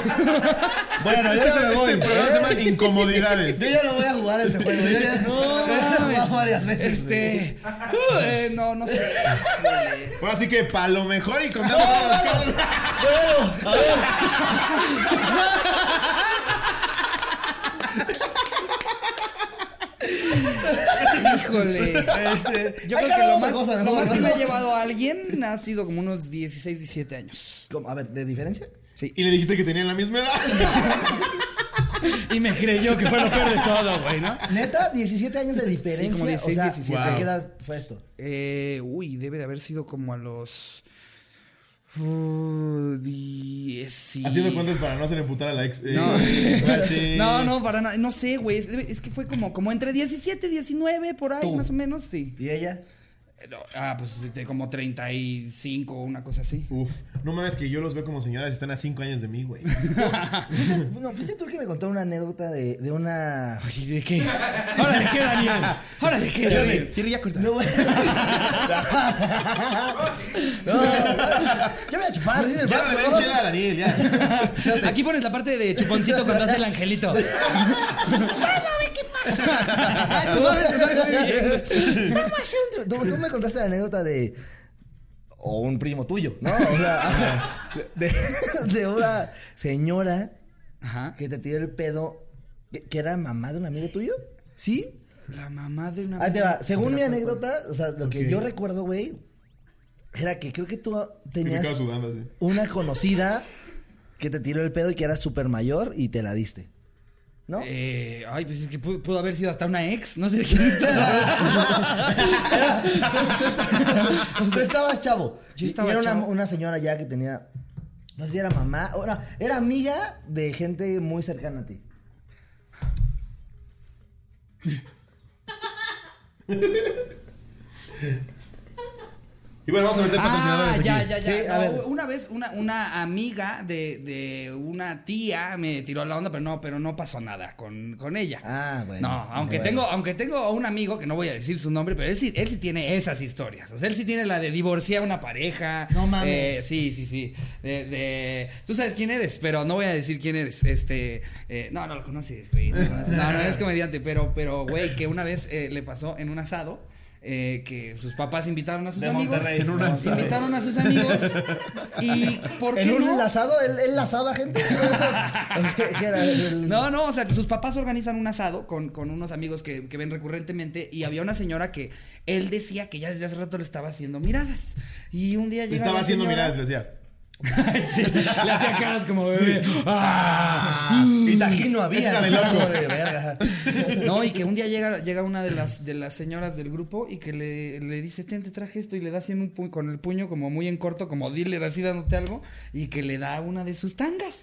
B: Bueno, yo
C: Este,
B: ya me voy.
C: este programa
B: [LAUGHS]
C: se llama Incomodidades.
B: Yo ya no voy a jugar a este juego. Yo ya
A: No,
B: lo [LAUGHS] he
A: mames.
B: jugado varias veces. güey. [LAUGHS]
A: Este. uh, eh, no, no sé. Híjole.
C: Ahora sí que pa' lo mejor y
A: [LAUGHS]
C: contamos todas las cosas.
A: Híjole.
B: Este,
A: Yo
B: hay
A: creo que
B: hablar
A: lo
B: otra
A: más,
B: cosa,
A: lo
B: ¿no?
A: más que [LAUGHS] me ha llevado a alguien ha sido como unos 16, 17 años.
B: ¿Cómo? A ver, ¿de diferencia?
A: Sí.
C: Y le dijiste que tenían la misma edad. [LAUGHS]
A: Y me creyó que fue lo peor de todo, güey, ¿no?
B: Neta, 17 años de diferencia.
A: como 16,
B: o sea,
A: 17.
B: ¿a
C: Wow.
B: qué edad fue esto?
A: Eh, uy, debe de haber sido como a los. uh, dieci-
C: Haciendo cuentas para no hacer emputar a la ex. eh, [LAUGHS]
A: No.
C: ah, sí.
A: [LAUGHS] No, no, para nada. No sé, güey. Es, es que fue como, como entre 17 y 19, por ahí,
B: Tú.
A: más o menos, sí.
B: ¿Y ella?
A: Eh, no, ah, pues este, como 35, una cosa así.
C: Uf, no mames que yo los veo como señoras y están a 5 años de
A: [LAUGHS]
C: mí, güey.
B: ¿Fuiste, no, fuiste tú el que me contó una anécdota de, de una.
A: Ay, ¿de [LAUGHS] qué? ¿Ahora de qué, Daniel? ¿Ahora de qué, Daniel?
D: Quiero ya cortar.
B: No, [LAUGHS] güey. no, yo voy a chupar, sí,
C: Ya se ve chela, Daniel, ya.
A: Aquí pones la parte de chuponcito cuando hace el angelito. Vamos a ver qué [LAUGHS] pasa. Ay, tú sabes que salgo bien.
B: Vamos a hacer un tru- Tú, tú me contaste la anécdota de. O un primo tuyo, ¿no? O sea, de, de una señora
A: Ajá.
B: que te tiró el pedo, que, que era mamá de un amigo tuyo. ¿Sí?
A: La mamá de una.
B: Ahí te va. Según mi anécdota, o sea, lo que yo recuerdo, güey, era que creo que tú
C: Y
B: tenías
C: estaba sudando así.
B: una conocida que te tiró el pedo y que era súper mayor y te la diste. ¿No?
A: Eh, [LAUGHS] ay, pues es que pudo, pudo haber sido hasta una ex. No sé de quién está.
B: Tú estabas chavo.
A: Yo
B: Y- y
A: estaba
B: era Una,
A: chavo.
B: una señora ya que tenía. No sé si era mamá. O era, era amiga de gente muy cercana a ti.
C: Y bueno, vamos a meter patrocinadores.
A: Ah,
C: aquí.
A: ya, ya, ya.
B: Sí, a
A: No,
B: ver.
A: Una vez una, una amiga de, de una tía me tiró la onda, pero no, pero no pasó nada con, con ella.
B: Ah, bueno.
A: No, aunque
B: Bueno.
A: tengo, aunque tengo a un amigo que no voy a decir su nombre, pero él sí, él sí tiene esas historias. O sea, él sí tiene la de divorciar a una pareja.
B: No mames.
A: Eh, sí, sí, sí. De, de- tú sabes quién eres, pero no voy a decir quién eres. Este, eh, no, no lo conoces, güey. No, no, no es comediante, pero, pero, güey, que una vez eh, le pasó en un asado. eh, que sus papás invitaron a sus
C: De
A: amigos.
C: Monterrey, en un asado.
A: invitaron a sus
C: [LAUGHS]
A: amigos. Y por qué
B: ¿En un
A: no?
B: enlazado? ¿Él él
A: [LAUGHS]
B: lazaba gente? [LAUGHS] ¿Qué- qué era? El-
A: No, no, o sea, que sus papás organizan un asado con, con unos amigos que, que ven recurrentemente y había una señora que él decía que ya desde hace rato le estaba haciendo miradas. Y un día
C: Le
A: llega
C: estaba
A: la
C: haciendo
A: señora-
C: miradas, le decía.
A: [LAUGHS] Sí, le hacía caras como bebé.
B: Y tajino Ah, había.
C: Esa de
B: ¿no?
C: loco.
B: Como de verga.
A: No, y que un día llega, llega una de las, de las señoras del grupo y que le, le dice, ten, te traje esto y le da así en un pu- con el puño como muy en corto, como dealer así dándote algo, y que le da una de sus tangas.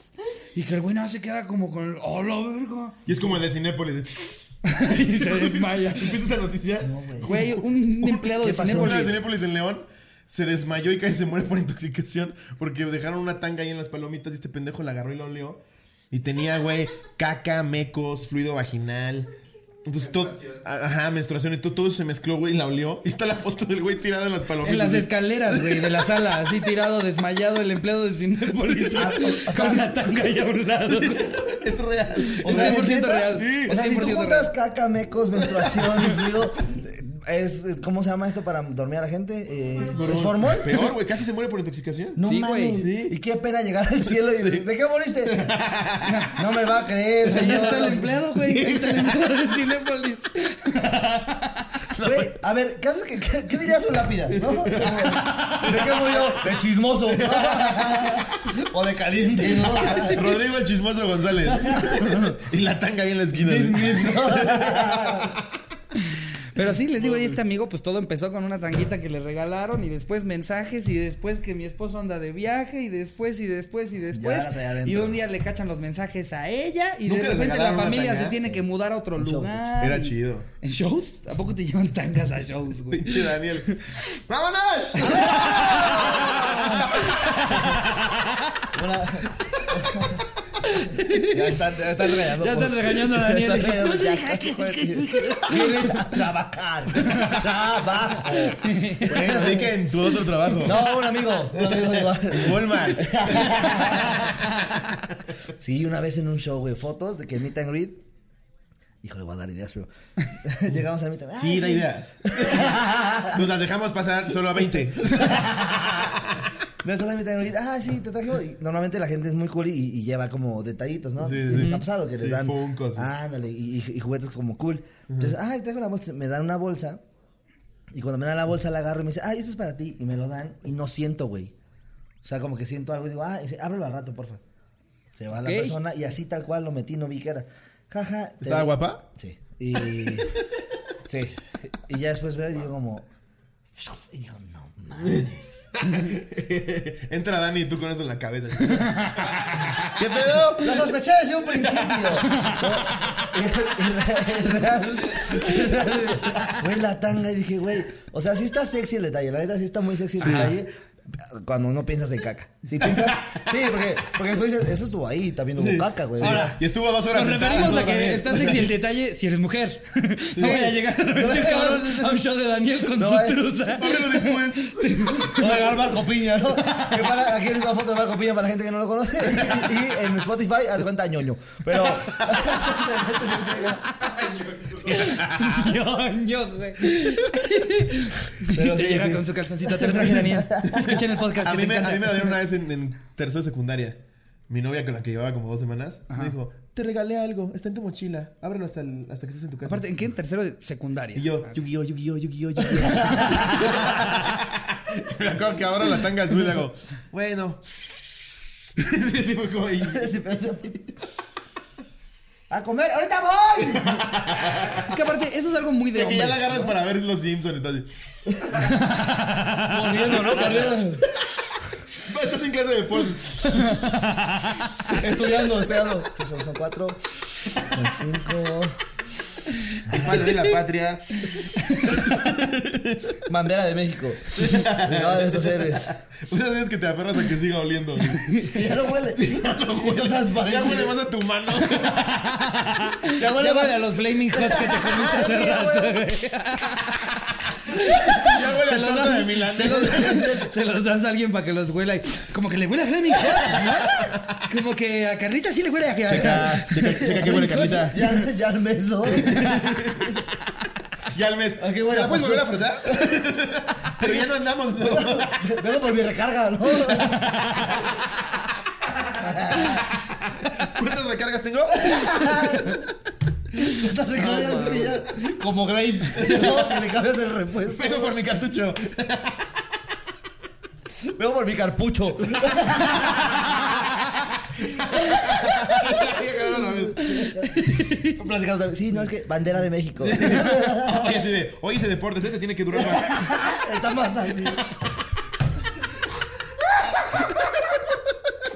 A: Y que el güey no se queda como con el, oh, la verga. [LAUGHS]
C: Y es como el de Cinépolis. [LAUGHS]
A: y se desmaya.
C: ¿Supiste esa noticia?
B: No, güey.
A: Güey, un empleado
B: ¿Qué
A: de
B: pasó?
C: Una de
A: Cinépolis.
C: Cinépolis en León se desmayó y casi se muere por intoxicación porque dejaron una tanga ahí en las palomitas y este pendejo la agarró y la olió. Y tenía, güey, caca, mecos, fluido vaginal. Entonces todo. Ajá, menstruación y todo, todo se mezcló, güey, y la olió. Y está la foto del güey tirada en las palomitas.
A: En las
C: Así.
A: escaleras, güey, de la sala, así tirado, desmayado, el empleado de Cinépolis.
B: Ah, o- o sea-
A: con la tanga ahí a un lado. güey.
C: Es real.
A: Es
B: sea,
A: 100%
B: ¿neta?
A: real.
B: O sea,
A: Es
B: si tú
A: 100%
B: juntas
A: real.
B: caca, mecos, menstruación y fluido, es, ¿cómo se llama esto para dormir a la gente? Eh, ¿Es formol?
C: Peor, güey, casi se muere por intoxicación.
B: No
A: Sí, güey,
B: mames.
C: sí.
B: Y qué pena llegar al cielo y decir, ¿de qué moriste? No me va a creer,
A: O sea, ya
B: señor.
A: está el empleado, güey. Ahí está el empleado de Cinépolis.
B: Güey, a ver, ¿qué, haces que- qué- qué diría su lápida? ¿No? Como, ¿De qué murió?
A: [LAUGHS]
B: De chismoso. o de caliente,
C: [LAUGHS]
B: ¿no?
C: Rodrigo el chismoso González. y la tanga ahí en la esquina.
A: Pero sí, les digo, y este amigo, pues todo empezó con una tanguita que le regalaron y después mensajes y después que mi esposo anda de viaje y después y después y después.
B: Ya, de adentro.
A: y un día le cachan los mensajes a ella y de
C: ¿Nunca les
A: repente la
C: regalaron una
A: familia
C: tanga? ¿eh?
A: se tiene que mudar a otro lugar.
C: Era
A: y-
C: chido.
A: ¿En shows? ¿A poco te llevan tangas a shows, güey?
C: Pinche Daniel. ¡Vámonos!
B: Una- ya están, ya están regañando.
A: Ya están
B: por-
A: regañando a Daniel.
B: Ya están
A: No te
B: regañando, ya,
A: dejes,
B: joder. Vienes a trabajar. Trabajo.
C: Puedes rica en tu otro trabajo.
B: No, un amigo. Un
A: [LAUGHS]
B: amigo igual.
C: Walmart.
B: Sí, una vez en un show, güey, fotos de que meet and greet. Híjole, voy a dar ideas, pero. [LAUGHS] Llegamos al meet and greet.
C: Sí, da idea. Nos las dejamos pasar solo a 20.
B: No estás a mitad de morir. Ah, sí, te trajimos. Y normalmente la gente es muy cool y, y lleva como detallitos, ¿no?
C: Sí,
B: Sí,
C: sí.
B: Les ha pasado que
C: Sí,
B: les dan.
C: Funkos, sí.
B: Ándale, y, y- y juguetes como cool. Entonces, ay, traigo una bolsa. Me dan una bolsa. Y cuando me dan la bolsa, la agarro y me dice, ay, eso es para ti. Y me lo dan. Y no siento, güey. O sea, como que siento algo y digo, ah, y dice, ábrelo al rato, porfa. Se va
A: Ok.
B: la persona y así tal cual lo metí, no vi que era. Jaja. te-
C: ¿Estaba guapa?
B: Sí. Y. [LAUGHS] sí. Y ya después veo y digo, como. Y digo, no mames.
C: Entra Dani y tú con eso en la cabeza. ¿Qué pedo?
B: Lo sospeché desde un principio. [LAUGHS] En real- en real- Güey, la tanga. Y dije, güey. O sea, sí está sexy el detalle. La neta sí está muy sexy el detalle. Cuando no piensas en caca. Si piensas. Sí, porque, porque después dices, eso estuvo ahí. También hubo caca, güey.
A: Ahora,
C: Y estuvo dos horas.
A: Nos
C: sentada.
A: referimos a
C: Estuvo
A: que
C: también.
A: estás sexy el detalle si eres mujer. [LAUGHS] No voy a llegar de repente,
B: No,
A: cabrón,
B: no, no, no.
A: a un show de Daniel con
B: No,
A: su
B: eh.
A: truza. [LAUGHS]
C: Ábrelo después.
D: Voy a agarrar Marco Piña, ¿no?
B: Que para- aquí les una foto de Marco Piña para la gente que no lo conoce. [LAUGHS] Y, en Spotify hace cuenta ñoño. [LAUGHS] Pero.
A: Ñoño, güey.
B: Pero
A: Y
B: sí,
A: llega
B: sí.
A: con su calzoncito. Te lo traje, Daniel. Escuchen el podcast
C: A
A: que
C: mí,
A: te
C: me, a
A: encanta.
C: mí me la dieron una vez en, en tercero de secundaria. Mi novia con la que llevaba como dos semanas me dijo: Te regalé algo, está en tu mochila, ábrelo hasta, el- hasta que estés en tu casa.
A: Aparte, ¿en qué? En tercero de secundaria.
C: y yo, Yu-Gi-Oh, Yu-Gi-Oh, Yu-Gi-Oh, Yu-Gi-Oh. [LAUGHS] me acuerdo que ahora la tanga azul y le hago, bueno. [LAUGHS] sí, sí, fue como. y-
B: ¡A comer! ¡Ahorita voy!
A: Es que aparte, eso es algo muy de
C: de que ya
A: hombres.
C: la agarras para ver los Simpsons y todo así.
D: Corriendo, ¿no? Corriendo.
C: "Pues, Estás en clase de deporte.
D: Estudiando, estudiando.
B: Estos Son, son cuatro. Son cinco.
C: Padre de la patria.
B: Bandera de México. Cuidado de esos [LAUGHS] héroes.
C: [LAUGHS] Unas veces que te aferras a que siga oliendo.
B: [LAUGHS] Ya no huele.
C: Huele- Ya huele más a tu mano.
B: Ya
A: Ya
B: huele
A: vale
B: más.
A: a los flaming hot que
B: [LAUGHS]
A: te comiste hace
B: Ah, Sí,
A: rato,
B: güey.
A: güey.
C: ya huele
A: Se
C: a
A: los,
C: torta
A: das,
C: de Milán.
A: se, los, [LAUGHS] se los das a alguien para que los huela. y- Como que le huele a flaming hot, ¿no? Como que a Carlita sí le huele a...
C: Checa, checa, checa qué huele Carlita.
B: [LAUGHS] Ya, ya al mes dos.
C: Ya al mes.
B: ¿A qué huele?
C: ¿Ya puedes volver a frotar? Pero ya no andamos, ¿no?
B: Vengo por mi recarga, [LAUGHS] ¿no?
C: ¿Cuántas recargas [LAUGHS] tengo?
B: Estas recargas que ya.
D: Como Grave.
B: No, que le cambias el repuesto.
C: Vengo por mi cartucho.
B: Vengo por mi carpucho. Platicando también. Sí, no, es que bandera de México. [LAUGHS]
C: Oye, así de, oye, ese deporte, ese te tiene que durar más.
B: Está más así.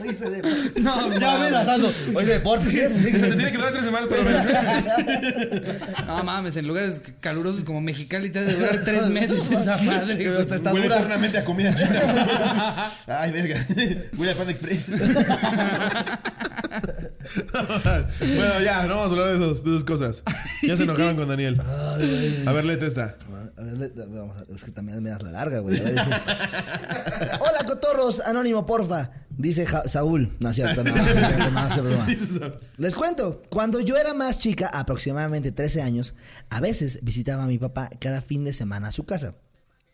B: Oye, se de-
A: No,
D: Ya
A: mames.
D: ven asando. Oye, deporte.
C: [LAUGHS] Ese te tiene que durar tres semanas, pero
B: [LAUGHS]
A: No mames, en lugares calurosos como Mexicali te ha de durar tres
B: [LAUGHS]
A: meses esa madre. güey.
B: Pero hasta está
C: huele
B: dura.
C: eternamente a comida [LAUGHS] china. Ay, verga. Huele a Panda Express. [LAUGHS] bueno, ya, no vamos a hablar de, esos, de esas cosas. Ya se enojaron con Daniel. A ver, léete esta.
B: A ver, le- vamos a- es que también me das la larga, güey. A ver, dice, [LAUGHS] Hola, cotorros. Anónimo, porfa. Dice Ja- Saúl. No es cierto, no. no, es cierto, no, es cierto, no. Les cuento, cuando yo era más chica, aproximadamente 13 años, a veces visitaba a mi papá cada fin de semana a su casa.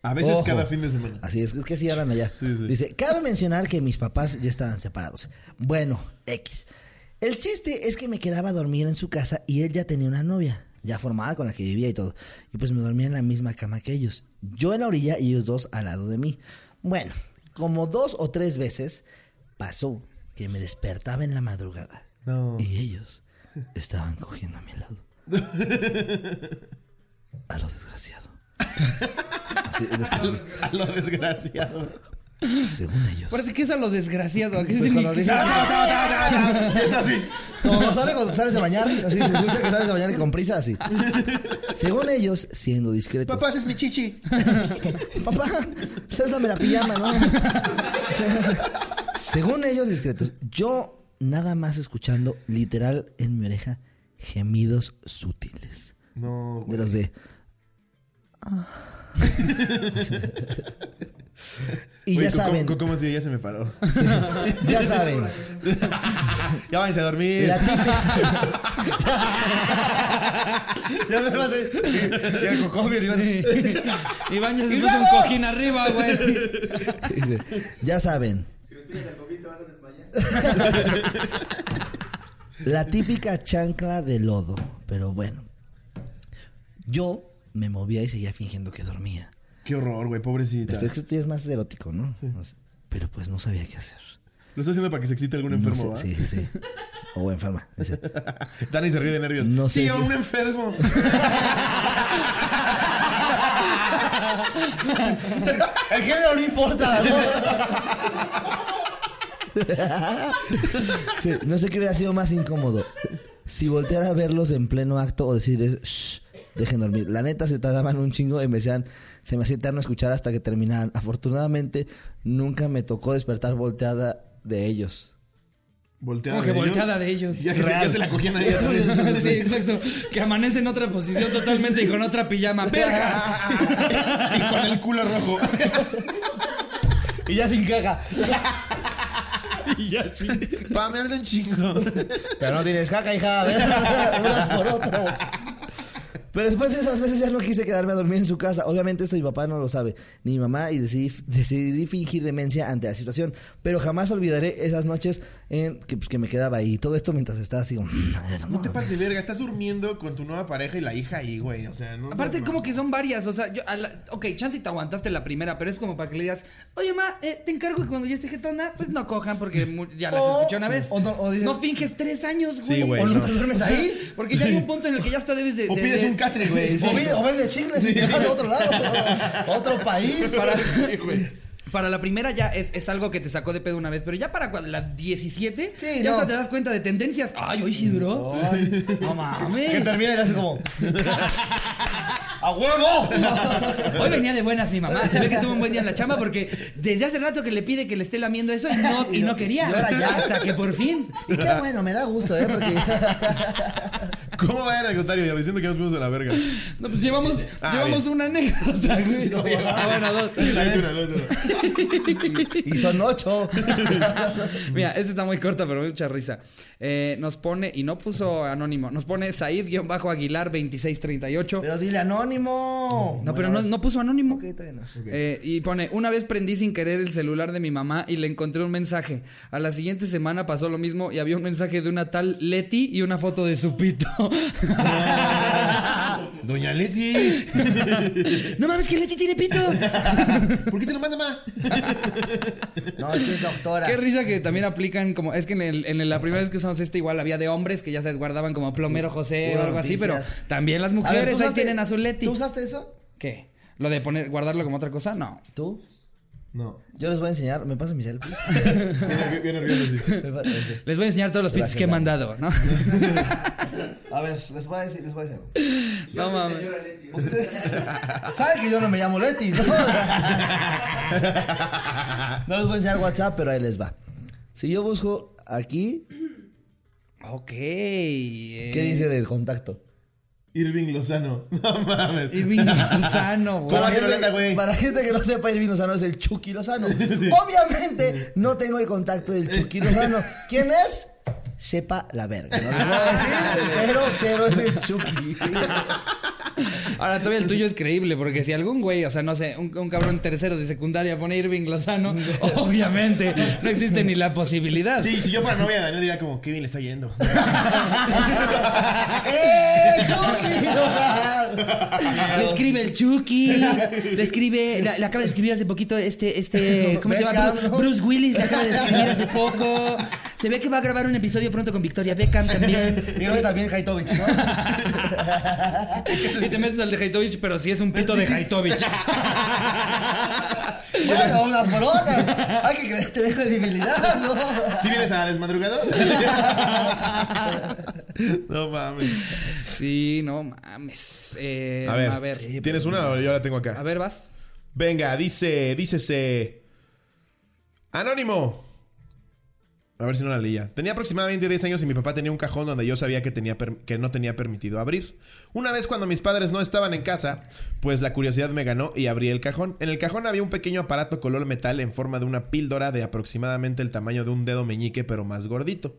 C: A veces
B: Ojo.
C: cada fin de semana.
B: Así es, es que sí hablan allá.
C: Sí, sí.
B: Dice, cabe mencionar que mis papás ya estaban separados. Bueno, X. El chiste es que me quedaba a dormir en su casa y él ya tenía una novia, ya formada con la que vivía y todo. Y pues me dormía en la misma cama que ellos. Yo en la orilla y ellos dos al lado de mí. Bueno, como dos o tres veces pasó que me despertaba en la madrugada.
C: No.
B: Y ellos estaban cogiendo a mi lado. A
C: [LAUGHS]
B: lo desgraciado. Así, después,
C: A lo desgraciado.
B: según ellos.
A: Aparte, ¿qué es a lo desgraciado? ¿Qué
B: Pues cuando
A: significa?
B: dicen
C: Y [LAUGHS] está así.
B: Como sale cuando sales a bañar, así se escucha que sales a bañar y con prisa, así. Según ellos, siendo discretos.
C: Papá, ese es mi chichi.
B: papá, sáltame la pijama, ¿no? Se- Según ellos, discretos. Yo nada más escuchando, literal, en mi oreja, gemidos sutiles.
C: No,
B: De
C: güey.
B: los de. "Ah". y
C: Oye,
B: ya
C: ¿cómo-
B: saben,
C: ¿cómo, cómo así? Ya se me paró.
B: ya saben.
C: [LAUGHS] Ya váyanse a dormir.
B: La típica. ya me lo hace. Y el cocomio, y van-
A: [LAUGHS] Iván ya se
B: ¡Y
A: puso un
B: luego!
A: cojín arriba, güey. [LAUGHS]
B: Dice, ya saben. La típica chancla de lodo. Pero bueno. Yo me movía y seguía fingiendo que dormía.
C: [LAUGHS] Qué horror, güey, pobrecita.
B: Pero es que tú es más erótico, ¿no? No sé. Pero pues no sabía qué hacer.
C: Lo está haciendo para que se excite algún
B: No
C: enfermo,
B: sé-
C: ¿va?
B: sí, sí. O
C: [LAUGHS]
B: enferma. dice.
C: Dani se ríe de nervios.
B: No
C: sí,
B: sé.
C: a un enfermo.
B: [LAUGHS] El género no importa, ¿no? Sí, no sé qué hubiera sido más incómodo. Si voltear a verlos en pleno acto o decirles, shh, dejen dormir. La neta se tardaban un chingo y me decían, se me hacía eterno escuchar hasta que terminaran. Afortunadamente, nunca me tocó despertar volteada de ellos.
C: Volteada.
A: Como que
C: de ellos.
A: volteada de ellos.
C: Ya que se,
B: Real.
C: ya se la cogían a ella.
B: [LAUGHS]
A: Sí, exacto. Que amanece en otra posición totalmente y con otra pijama. ¡Verga!
C: y con el culo rojo. [LAUGHS]
D: Y ya sin caja.
C: y ya sí. Pa, me arde un chingo.
D: Pero no tienes caca, hija. a ver.
B: Unas por otras. [LAUGHS] Pero después de esas veces ya no quise quedarme a dormir en su casa. Obviamente esto mi papá no lo sabe, ni mi mamá, y decidí, decidí fingir demencia ante la situación. Pero jamás olvidaré esas noches en que, pues, que me quedaba ahí. Todo esto mientras estaba así como... "Mm,
C: No te pases, verga. Estás durmiendo con tu nueva pareja y la hija ahí, güey. O sea, no.
A: Aparte,
C: seas
A: como
C: mamón.
A: que son varias. O sea, yo. a la- ok, chance y te aguantaste la primera, pero es como para que le digas, oye, ma, eh, te encargo que cuando yo esté jetona, pues no cojan porque mu- ya las
B: O-
A: escuché una vez.
B: o no- o dices-
A: no finges tres años, güey.
C: Sí, güey.
B: ¿O no
C: no.
B: te
C: [LAUGHS]
B: duermes ahí?
A: Porque ya hay un punto en el que ya hasta debes de.
C: O
A: de-
C: pides
A: de-
C: un catre, güey.
B: O,
C: [LAUGHS]
B: vi- o vende chicles y te vas a otro lado, a otro país.
A: para,
C: Sí, güey.
A: para la primera ya es, es algo que te sacó de pedo una vez, pero ya para cuando las 17,
B: Sí,
A: ya
B: no.
A: hasta te das cuenta de tendencias. Ay, hoy sí duró. [LAUGHS] No mames.
D: Que termina y le hace como. ¡A huevo!
A: [LAUGHS] Hoy venía de buenas mi mamá. Se ve que tuvo un buen día en la chamba porque desde hace rato que le pide que le esté lamiendo eso y no, y no quería.
B: Y ahora ya.
A: [LAUGHS] Hasta que por fin.
B: Y qué bueno, me da gusto, ¿eh? Porque...
C: [LAUGHS] ¿Cómo vayan al contrario? Ya diciendo que nos fuimos a la verga.
A: No, pues llevamos,
C: Ah,
A: llevamos
C: bien.
A: una anécdota, güey. Ah, bueno, dos. [LAUGHS]
C: Dale una, dale una.
B: Y son ocho.
A: Mira, esta está muy corta, pero mucha risa. Eh, nos pone, y no puso anónimo, nos pone Said-Aguilar2638.
B: Pero dile anónimo.
A: No, pero no, no puso anónimo.
B: Ok, está bien.
A: Eh, y pone, una vez prendí sin querer el celular de mi mamá y le encontré un mensaje. A la siguiente semana pasó lo mismo y había un mensaje de una tal Leti y una foto de su pito. [LAUGHS]
C: [LAUGHS] Doña Leti,
A: no mames, que Leti tiene pito.
C: ¿por qué te lo manda más?
B: No, es que es doctora.
A: Qué risa que también aplican como, es que en, el- en la primera vez que usamos este igual había de hombres que ya se guardaban como plomero José o
B: Pura
A: algo así, pero
B: noticias.
A: también las
B: A ver,
A: mujeres
B: ¿tú
A: ahí
B: usaste-
A: tienen a su Leti.
B: ¿Tú usaste eso?
A: ¿Qué? ¿Lo de poner, guardarlo como otra cosa? No.
B: ¿Tú?
C: No.
B: Yo les voy a enseñar. ¿Me pasan mi cel, please?
C: Bien, bien nervioso, sí.
B: [LAUGHS] Me pasan mi cel.
A: Les voy a enseñar todos los pitos
B: Gracias,
A: que he
B: Dani.
A: mandado, ¿no? [LAUGHS]
B: A ver, les voy a decir, les voy a decir. algo.
A: no mames.
B: Ustedes [LAUGHS] saben que yo no me llamo Leti, ¿no? [LAUGHS] No les voy a enseñar WhatsApp, pero ahí les va. Si yo busco aquí,
A: Ok. Eh.
B: ¿qué dice del contacto?
C: Irving Lozano. [LAUGHS] No mames.
A: Irving Lozano, güey.
C: ¿Cómo hace Lolita, güey?
B: para gente que no sepa, Irving Lozano es el
A: [LAUGHS]
B: Chucky Lozano. Obviamente, no tengo el contacto del Chucky Lozano. ¿Quién es? Sepa la verga. No les voy a
A: [LAUGHS]
B: decir, pero cero es el Chucky.
A: Ahora todavía el tuyo es creíble, porque si algún güey, o sea, no sé, un, un cabrón tercero de secundaria pone Irving Lozano, obviamente no existe ni la posibilidad.
C: Sí, si yo fuera novia de Daniel diría como, qué bien le está yendo.
A: [LAUGHS]
B: ¡Eh, Chucky!
A: Le escribe el Chucky, le escribe, la, acaba de escribir hace poquito este, este, ¿cómo se llama?
B: Beckham,
A: Bruce,
B: ¿no?
A: Bruce Willis, le acaba de escribir hace poco. Se ve que va a grabar un episodio pronto con Victoria Beckham también.
B: [LAUGHS] Mi novia también, Haitovich,
A: [LAUGHS]
B: ¿no?
A: Y te metes al de Haitovich, pero si es un pito de Haitovich. [LAUGHS]
B: Bueno, las bromas. Hay que creer- tener credibilidad, ¿no?
C: ¿Sí vienes a
A: [LAUGHS]
C: desmadrugados? [LAUGHS] no mames.
A: Sí, no mames. Eh,
C: A ver,
A: a ver.
C: ¿tienes una o yo la tengo
A: A
C: acá?
A: ver, vas.
C: Venga, dice, dícese. Anónimo. A ver si no la leía. Tenía aproximadamente 10 años y mi papá tenía un cajón donde yo sabía que, tenía per- que no tenía permitido abrir. Una vez cuando mis padres no estaban en casa, pues la curiosidad me ganó y abrí el cajón. En el cajón había un pequeño aparato color metal en forma de una píldora de aproximadamente el tamaño de un dedo meñique, pero más gordito.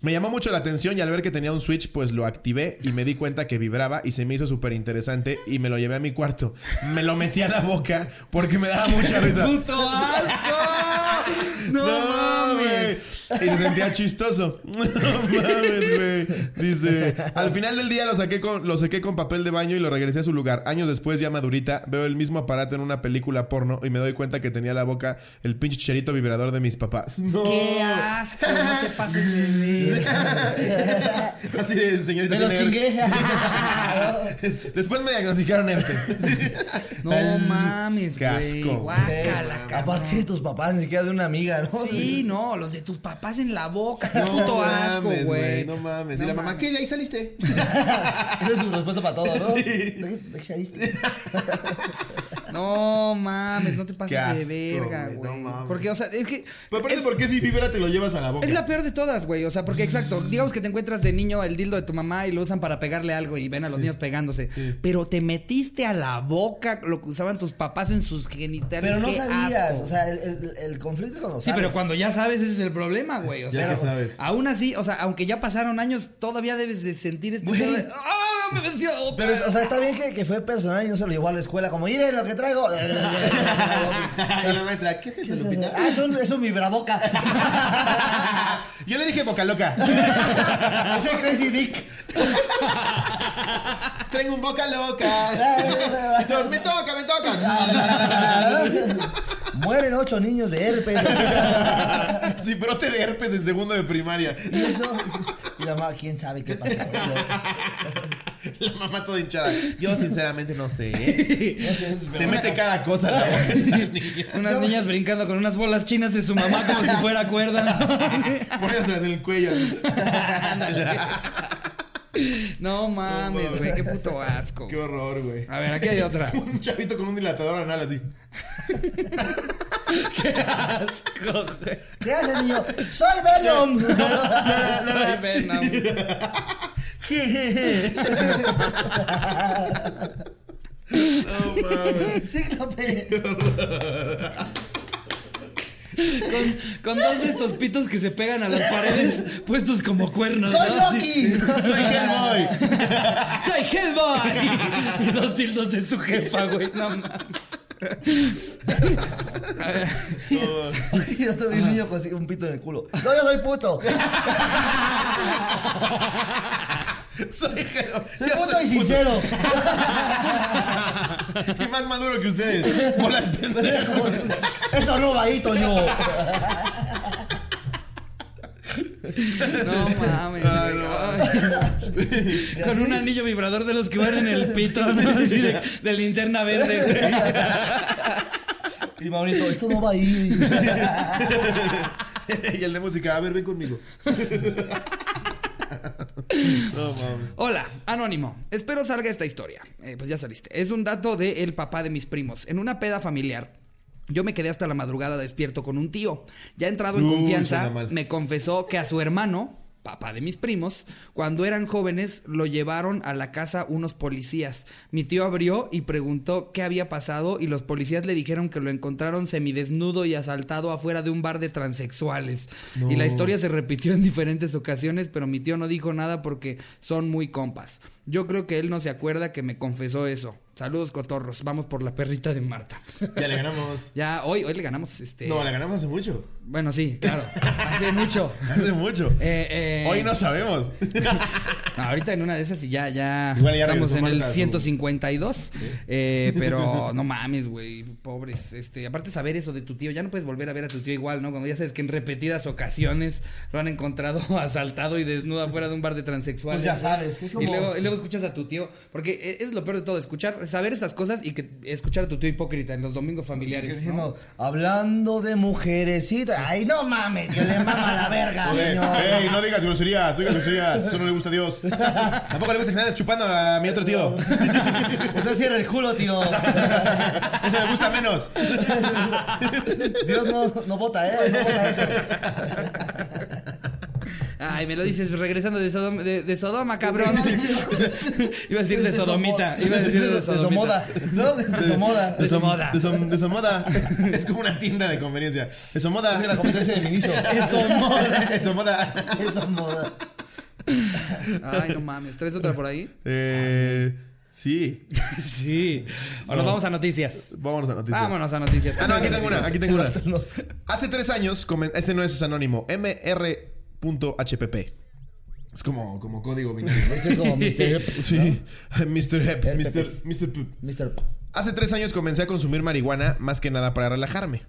C: Me llamó mucho la atención y al ver que tenía un Switch, pues lo activé y me di cuenta que vibraba y se me hizo súper interesante y me lo llevé a mi cuarto. Me lo metí a la boca porque me daba
A: [LAUGHS]
C: mucha risa.
A: ¡Puto
C: [LAUGHS]
A: asco! ¡No, mames!
C: güey. Y se sentía chistoso. [LAUGHS] No mames, güey. Dice, al final del día lo saqué, con, lo saqué con papel de baño y lo regresé a su lugar. Años después, ya madurita, veo el mismo aparato en una película porno y me doy cuenta que tenía en la boca el pinche cherito vibrador de mis papás. [LAUGHS] No.
A: ¡Qué asco! No te
C: [LAUGHS]
A: pases de ver.
C: Así de, señorita.
B: Me los
C: tiene-
B: chingué.
C: [LAUGHS] Después me diagnosticaron ERTE.
A: [LAUGHS] No mames,
C: qué
A: güey.
C: asco.
A: Guácala, cabrón.
B: Aparte de tus papás, ni siquiera de una amiga, ¿no?
A: Ah, Sí, no, los de tus papás en la boca. Qué
C: No
A: puto
C: mames,
A: asco, güey.
C: No mames. y la mamá, ¿qué? De
A: [LAUGHS]
C: ahí saliste.
B: [LAUGHS] Esa es tu respuesta para todo, ¿no? ¿De qué- de qué saliste?
A: No mames, no te
C: Qué
A: pases
C: asco,
A: de verga,
C: güey,
A: güey.
C: no mames.
A: Porque, o sea, es que.
C: Pero aparte, ¿por qué si vibra te lo llevas a la boca?
A: Es la peor de todas, güey. O sea, porque exacto, digamos que te encuentras de niño el dildo de tu mamá y lo usan para pegarle algo y ven a los niños pegándose. Pero te metiste a la boca lo que usaban tus papás en sus genitales.
B: Pero no
A: Qué
B: sabías.
A: asco.
B: O sea, el, el- el conflicto es cuando
A: Sí,
B: sabes.
A: pero cuando ya sabes, ese es el problema, güey. O
C: Ya
A: sea,
C: que sabes.
A: aún así, o sea, aunque ya pasaron años, todavía debes de sentir este
B: Güey.
A: pedo de, ¡Ah, me venció otra
B: Pero,
A: vez! [LAUGHS]
B: o sea, está bien que, que fue personal y no se lo llevó a la escuela. Como, miren lo que traigo.
C: [LAUGHS]
B: [LAUGHS]
C: Y la maestra, ¿qué es eso, Lupita?
B: ah, es un, es un vibraboca.
C: [LAUGHS] Yo le dije boca loca.
B: [LAUGHS] Ese Crazy Dick.
C: Traigo un boca loca. Entonces, me toca, [LAUGHS] me toca.
B: Mueren ocho niños de herpes.
C: Si brote de herpes en segundo de primaria.
B: y eso. Y la mamá, quién sabe qué pasa.
C: La mamá toda hinchada. Yo, sinceramente, no [LAUGHS] sé. ¿eh? Se
A: Una-
C: mete cada cosa a la boca esa niña.
A: Unas niñas brincando con unas bolas chinas de su mamá como si fuera cuerda. [LAUGHS]
B: [LAUGHS]
C: Póngaselas en el cuello.
A: No mames,
C: mames.
A: güey, qué puto asco.
C: Qué horror, güey.
A: A ver, aquí hay
B: [LAUGHS]
A: otra.
C: Un chavito con un dilatador anal así. [LAUGHS]
A: qué asco, güey.
B: ¿Qué haces, niño? ¡Soy Venom!
A: Soy Venom.
C: No Oh, mames.
B: Cíclope.
A: Con, con dos de estos pitos que se pegan a las paredes puestos como cuernos.
B: ¡Soy
A: ¿no? Así.
B: Loki!
C: Soy Hellboy.
A: ¡Soy Hellboy! [LAUGHS] Y dos tildos de su jefa, güey. No mames. [LAUGHS] A ver.
B: Y otro vi un niño con así un pito en el culo. ¡No, yo soy puto!
C: [LAUGHS] Soy Hellboy.
B: ¡Soy
C: Yo
B: puto
C: soy
B: y [LAUGHS] sincero!
C: Y más maduro que ustedes. [LAUGHS] Bola de pendejo.
B: ¡Eso no va ahí, Toño!
A: No mames.
C: Ay,
A: güey.
C: no.
A: Ay.
B: ¿Y
A: Con
B: así?
A: un anillo vibrador de los que van en el pito, ¿no? Así de, de linterna verde, güey.
B: Y Maurito, ¡eso no va ahí!
C: Y el de música, a ver, ven conmigo. [LAUGHS] No mames.
A: Hola, anónimo. Espero salga esta historia. Eh, pues ya saliste. Es un dato de el papá de mis primos. En una peda familiar. Yo me quedé hasta la madrugada despierto con un tío. Ya entrado en
C: Uy,
A: confianza,
C: suena mal.
A: me eh, confesó que a su hermano, papá de mis primos, cuando eran jóvenes, lo llevaron a la casa unos policías. Mi tío abrió y preguntó qué había pasado y los policías le dijeron que lo encontraron semidesnudo y asaltado afuera de un bar de transexuales. Y la historia se repitió en diferentes ocasiones, pero mi tío no dijo nada porque son muy compas. Yo creo que él no se acuerda que me confesó eso. Saludos cotorros, vamos por la perrita de Marta.
C: Ya le ganamos.
A: [LAUGHS] Ya hoy hoy le ganamos este
C: No, la ganamos hace mucho.
A: bueno, sí, claro. Hace mucho.
C: Hace mucho.
A: Eh, eh,
C: Hoy no sabemos.
A: no, ahorita en una de esas y ya, ya,
C: Igual ya
A: estamos
C: regresó
A: en el
C: Marta a su-
A: 152. eh, pero no mames, güey. Pobres. Este, aparte saber eso de tu tío, ya no puedes volver a ver a tu tío igual, ¿no? Cuando ya sabes que en repetidas ocasiones lo han encontrado [LAUGHS] asaltado y desnudo afuera de un bar de transexuales.
B: Pues ya
A: güey.
B: sabes, es como-
A: Y luego, y luego escuchas a tu tío. Porque e- es lo peor de todo, escuchar, saber estas cosas y que escuchar a tu tío hipócrita en los domingos
B: Que
A: familiares. Pues, ¿no?
B: diciendo, hablando de mujerecitas. ¡Ay, no mames! ¡Que le mama la
C: [LAUGHS]
B: verga,
C: Joder,
B: Ah, señor!
C: ey, no digas groserías, no digas groserías. Eso no le gusta a Dios. Tampoco le gusta que se andes chupando a mi otro
B: [LAUGHS]
C: tío.
B: Usted cierra el culo, tío.
C: Ese le gusta menos.
B: Dios no, no vota, ¿eh? No vota eso.
A: Ay, me lo dices regresando de Sodoma, de, de Sodoma
B: [LAUGHS]
A: cabrón. Iba a decir de
B: Somo-
A: Sodomita. Iba a decir de
B: de
A: Sodomita.
B: Somoda. ¿No? De, de Somoda.
A: De Somoda.
C: De, som- de Somoda. Es como una tienda de conveniencia. De Somoda.
B: Es la competencia de [LAUGHS] Miniso.
C: [LAUGHS] De Somoda. De Somoda.
B: Es Somoda.
A: Ay, no mames. ¿Traes otra por ahí?
C: Eh, sí.
A: [LAUGHS] Sí. O nos vamos a noticias.
C: Vámonos a noticias.
A: Vámonos a noticias.
C: Ah, no, aquí tengo una. Aquí
A: [LAUGHS]
C: tengo una.
B: No.
C: Hace tres años, comen- este no es anónimo, mr.hpp. Es como, como código binario.
A: [LAUGHS]
B: Esto es como Mr.
C: Sí, Mr. Hep,
B: Hep,
C: Mr.
B: Hep.
C: Mr. Pup.
B: Mr.
C: Hace tres años comencé a consumir marihuana más que nada para relajarme.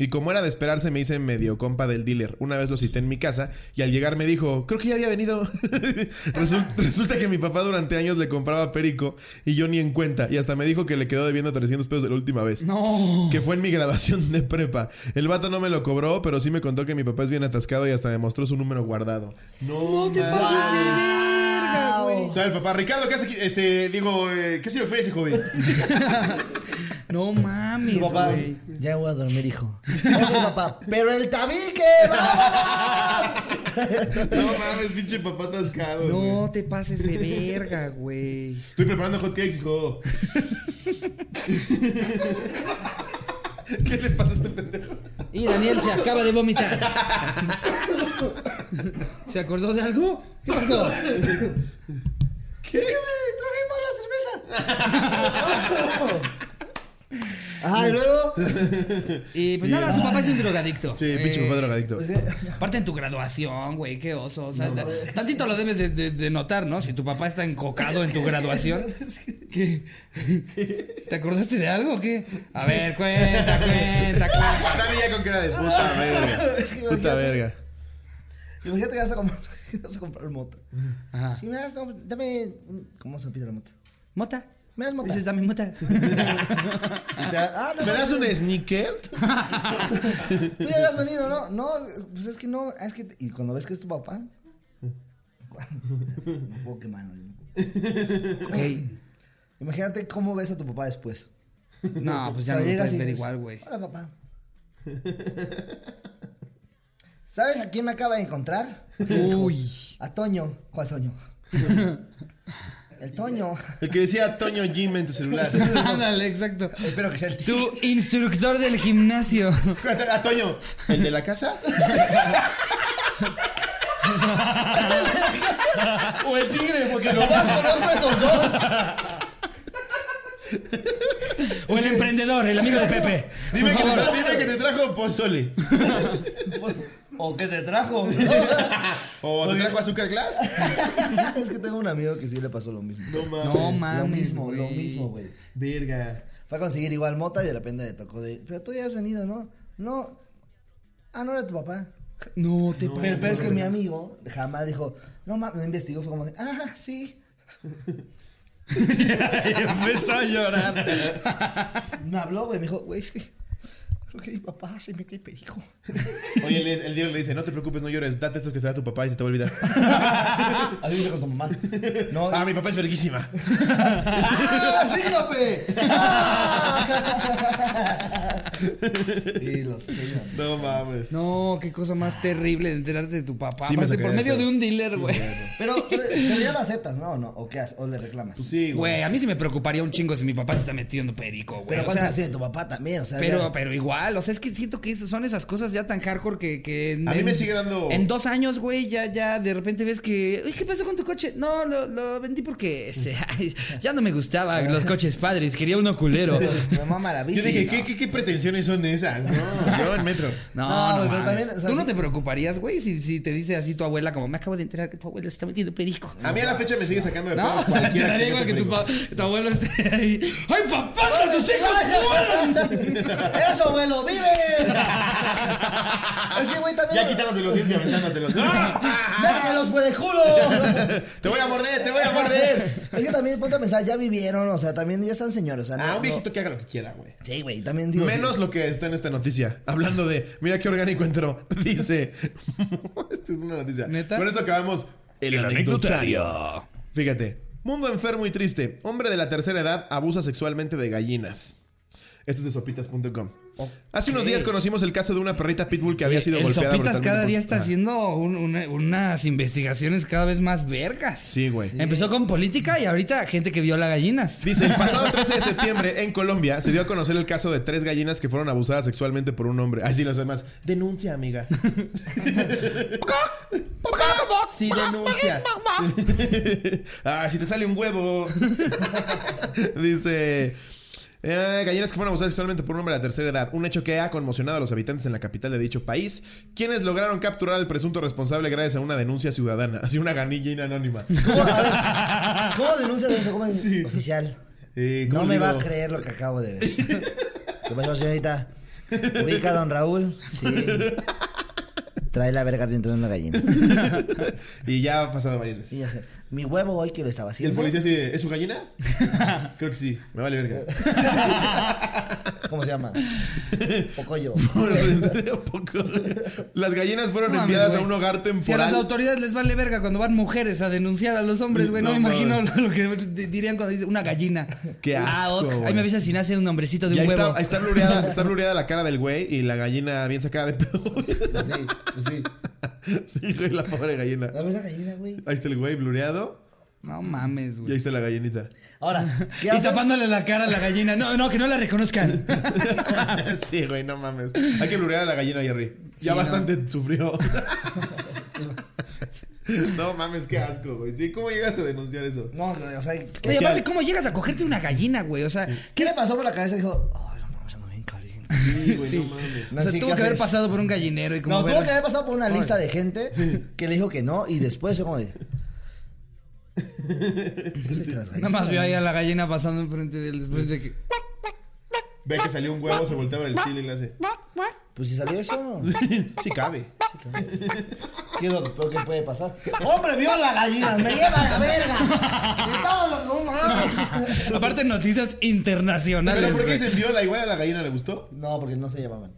C: Y como era de esperarse, me hice medio compa del dealer. Una vez lo cité en mi casa y al llegar me dijo, creo que ya había venido. [LAUGHS] Resul- Resulta que mi papá durante años le compraba perico y yo ni en cuenta. Y hasta me dijo que le quedó debiendo 300 pesos de la última vez.
A: No. [LAUGHS]
C: Que fue en mi graduación de prepa. El vato no me lo cobró, pero sí me contó que mi papá es bien atascado y hasta me mostró su número guardado. No, te
B: Wow.
C: O sea, el papá, Ricardo, ¿qué hace aquí? Este, digo, eh, ¿qué se le ofrece, joven?
A: No mames,
B: Tu papá,
A: güey.
B: ya voy a dormir,
A: [LAUGHS]
B: hijo. Ok, papá, pero el tabique, vámonos.
C: [LAUGHS] No mames, pinche papá atascado, güey.
A: No te pases de verga, güey.
C: Estoy preparando hot cakes, hijo. ¿Qué le pasa a este pendejo?
A: Y Daniel se acaba de vomitar. ¿Se acordó de algo? ¿Qué
C: [LAUGHS]
A: pasó?
B: ¿Qué? me trajimos la cerveza. [LAUGHS] Ajá,
A: [LAUGHS]
B: y luego.
A: Y pues nada, su papá es un drogadicto.
C: Sí, pinche
A: Eh,
C: papá drogadicto.
A: Aparte en tu graduación, güey, qué oso. O sea, tantito lo debes de, de- de notar, ¿no? Si tu papá está encocado
B: [LAUGHS]
A: en tu graduación. ¿Qué? ¿Te acordaste de algo o qué? A ver, cuenta, cuenta, cuenta.
C: Dale ya con cara de puta verga.
B: Es que
C: Puta
B: imagínate.
C: verga.
B: Imagínate que vas a comprar, [LAUGHS] vas a comprar mota.
A: Ajá.
B: Si me das, no, dame. un- ¿Cómo se pide la mota?
A: Mota.
B: ¿Me das mota?
A: Dices, dame
B: [LAUGHS]
A: mota.
B: Y te da- ah, no,
C: ¿Me das
B: no,
C: un
A: este.
C: sneaker?
B: Tú ya habías venido, ¿no? No, pues es que no. Es que, y cuando ves que es
A: [LAUGHS]
B: tu papá. No puedo quemar, no.
A: ok.
B: Imagínate cómo ves a tu papá después.
A: No, pues ya
B: O sea,
A: no lo
B: llegas
A: puedes
B: y
A: ver
B: dices,
A: igual, güey.
B: Hola, papá. [LAUGHS] ¿Sabes a quién me acaba
A: [LAUGHS]
B: de encontrar?
A: Uy.
B: A Toño. ¿Cuál Toño? [LAUGHS] El Toño.
C: El que decía Toño Jim en tu celular. [LAUGHS]
A: Ándale, exacto.
B: Espero que sea el tío.
A: Tu instructor del gimnasio.
C: A Ah, Toño, ¿el de la casa?
B: O el tigre, [LAUGHS] porque nomás conozco esos dos.
A: O el emprendedor, el amigo de Pepe.
C: Dime que, te, dime que te trajo pozole.
B: O que te
A: [LAUGHS]
B: trajo. [LAUGHS]
C: ¿O te trajo azúcar glass?
B: es que tengo un amigo que sí le pasó lo mismo.
C: No mames.
A: No mames.
B: lo mismo, lo
A: güey.
B: mismo, güey.
C: Verga.
B: Fue a conseguir igual mota y de repente le tocó de. Pero tú ya has venido, ¿no? No. Ah, no era tu papá.
A: No te pases.
B: Pero, pero es que mi amigo jamás dijo, no mames, no investigó, fue como, de, ah, sí.
A: Empezó a llorar.
B: Me habló, güey, me dijo, güey, [LAUGHS] es que creo que mi papá se mete perico.
C: Oye, el, el dealer le dice, no te preocupes, no llores, date estos que se da tu papá y se te va a olvidar.
B: Así dice con tu mamá. No,
C: Ah, mi papá es verguísima.
B: ¡Ah, síncope! ¡Ah! y los síncope.
C: No mames.
A: No, qué cosa más terrible de enterarte de tu papá.
C: Sí, me
A: Aparte,
C: sacaría
A: por
C: de
A: medio
C: pedo.
A: de un dealer, güey.
B: Pero, pero pero ya lo aceptas, ¿no? ¿O, no? ¿O qué haces? ¿O le reclamas?
C: Pues Sí,
A: Güey, a mí sí me preocuparía un chingo si mi papá se está metiendo perico, güey.
B: Pero
A: o
B: cuántos
A: sea,
B: años tiene tu papá también, o sea.
A: pero,
B: ya-
A: pero igual, o sea, es que siento que esas- son esas cosas ya tan hardcore que... que en,
C: A mí me
A: en-
C: sigue dando-
A: En dos años, güey, ya, ya de repente ves que... "Uy, ¿Qué pasó con tu coche? No, lo, lo vendí porque [LAUGHS] este, ay, ya no me gustaban los coches padres, quería uno culero.
B: Me mama la bici.
C: Yo dije, ¿qué, qué, qué pretensiones son esas? No, [LAUGHS] yo en metro.
A: No,
B: No,
A: no,
B: güey, pero
A: mames.
B: también, o sea,
A: ¿Tú no
B: sí-
A: te preocuparías, güey, si, si te dice así tu abuela como me acabo de enterar que tu abuelo se está metiendo perico?
C: A mí a la fecha me sigue sacando de
A: [LAUGHS]
C: pedo.
A: No, o sea, te
C: cualquier
A: daría igual que tu,
C: accidente
A: pa- tu abuelo esté ahí. ¡Ay, papá!
B: ¡Ah,
A: ¡Tus
C: [LAUGHS]
A: hijos vuelan!
B: ¡Eso, ¡Eso, abuelo, vive! es que, güey,
C: peligroso.
B: también. ¡Ah,
C: Ya quitándose los dientes y aventándotelos. ¡Ah!
B: ¡Déjalos por el culo!
C: ¡Te voy a morder, te voy
B: [LAUGHS]
C: a morder!
B: Es que también ponte a pensar, ya vivieron, o sea, también ya están señores, o sea, no,
C: A un
B: no-
C: viejito que haga lo que quiera, güey.
B: Sí, güey, también digo.
C: Menos lo que está en esta noticia. Hablando de, mira qué orgánico entró. [LAUGHS] Dice, esta es una noticia.
A: ¿Neta?
C: Con esto acabamos el anecdotario. Fíjate, mundo enfermo y triste. Hombre de la tercera edad abusa sexualmente de gallinas. Esto es de sopitas.com. Hace unos días conocimos el caso de una perrita pitbull que había sido
A: el
C: golpeada
A: Sopitas
C: brutalmente
A: cada
C: por-
A: día está
C: Ajá.
A: haciendo un- una- unas investigaciones cada vez más vergas.
C: Sí, güey.
A: [LAUGHS] Empezó con política y ahorita gente que viola gallinas.
C: Dice, el pasado 13 de septiembre en Colombia se dio a conocer el caso de tres gallinas que fueron abusadas sexualmente por un hombre. Ay, sí, los demás. Denuncia, amiga. Sí, denuncia. [LAUGHS] ah, si te sale un huevo. [LAUGHS] Dice. eh, gallinas que fueron abusadas sexualmente por un hombre de la tercera edad. Un hecho que ha conmocionado a los habitantes en la capital de dicho país, quienes lograron capturar al presunto responsable gracias a una denuncia ciudadana. [LAUGHS] Así una ganillina anónima. [LAUGHS]
B: ¿Cómo, a ver, ¿cómo denuncias eso? ¿Cómo dices? Oficial.
C: Eh, ¿cómo
B: No me
C: digo?
B: va a creer lo que acabo de ver. ¿Qué pasó, señorita? ¿Ubica a don Raúl? Sí. Trae la verga dentro de una gallina.
C: Y ya ha pasado varias veces.
B: Y ya sé, Mi huevo hoy que lo
C: Y
B: estaba
C: el
B: haciendo.
C: policía así de, ¿es su
B: [LAUGHS]
C: gallina? Creo que sí, me vale verga. [LAUGHS]
B: ¿Cómo se llama? Pocoyo.
C: Un poco. Las gallinas fueron
A: No mames,
C: enviadas a
A: güey.
C: un hogar
A: Si a
C: temporal.
A: las autoridades les vale verga cuando van mujeres a denunciar a los hombres, güey. No,
C: No
A: me imagino lo que di- dirían cuando dice una gallina.
C: Qué
A: Ah,
C: asco,
A: ok.
C: güey.
A: Ahí me avisas si nace un hombrecito de
C: y
A: un
C: ahí
A: huevo.
C: está, ahí está
A: [LAUGHS]
C: blureada, está blureada la cara del güey y la gallina bien sacada de pedo.
B: Pues Sí, sí.
C: [LAUGHS] sí, güey, la pobre gallina.
B: Dame una gallina, güey.
C: Ahí está el güey blureado
A: No mames,
C: y ahí
A: güey.
C: está la gallinita. [LAUGHS]
B: Ahora, ¿qué
A: Y
B: haces?
A: tapándole la cara a la gallina. No, no, que no la
B: [LAUGHS]
A: reconozcan.
C: sí, güey, no mames. Hay que blurear a la gallina, Jerry. Ya
A: Sí, [LAUGHS]
C: bastante sufrió. no mames, qué asco, güey. Sí, ¿cómo llegas a denunciar eso?
B: No, o sea, ¿qué,
A: Oye, aparte, ¿cómo llegas a cogerte una gallina, güey? O sea,
B: qué le pasó por la cabeza? Dijo, ay, no mames, ando bien caliente.
C: Sí, güey, no mames.
A: o sea,
B: Nancy,
A: tuvo
B: ¿qué
A: que haber
B: haces?
A: pasado por un gallinero y como.
B: No, tuvo
A: verga.
B: que haber pasado por una lista de gente que le dijo que no y después fue como de... ¿Dónde están las
A: Nada
B: gallinas?
A: más vio ahí a la gallina pasando enfrente de él después de que.
C: Ve que salió un huevo, se volteaba en el chile y le hace.
B: Pues si salió eso,
C: Sí, cabe.
B: ¿qué es lo peor que
A: [LAUGHS]
B: puede pasar? ¡Hombre, vio las gallinas! ¡Me lleva a la verga! ¡De todos los... ¡No mames!
A: Aparte, noticias internacionales.
C: [LAUGHS] ¿Pero por qué
A: güey.
C: se viola? Igual a la gallina le gustó.
B: No, porque no se
A: [LAUGHS]
B: llamaban.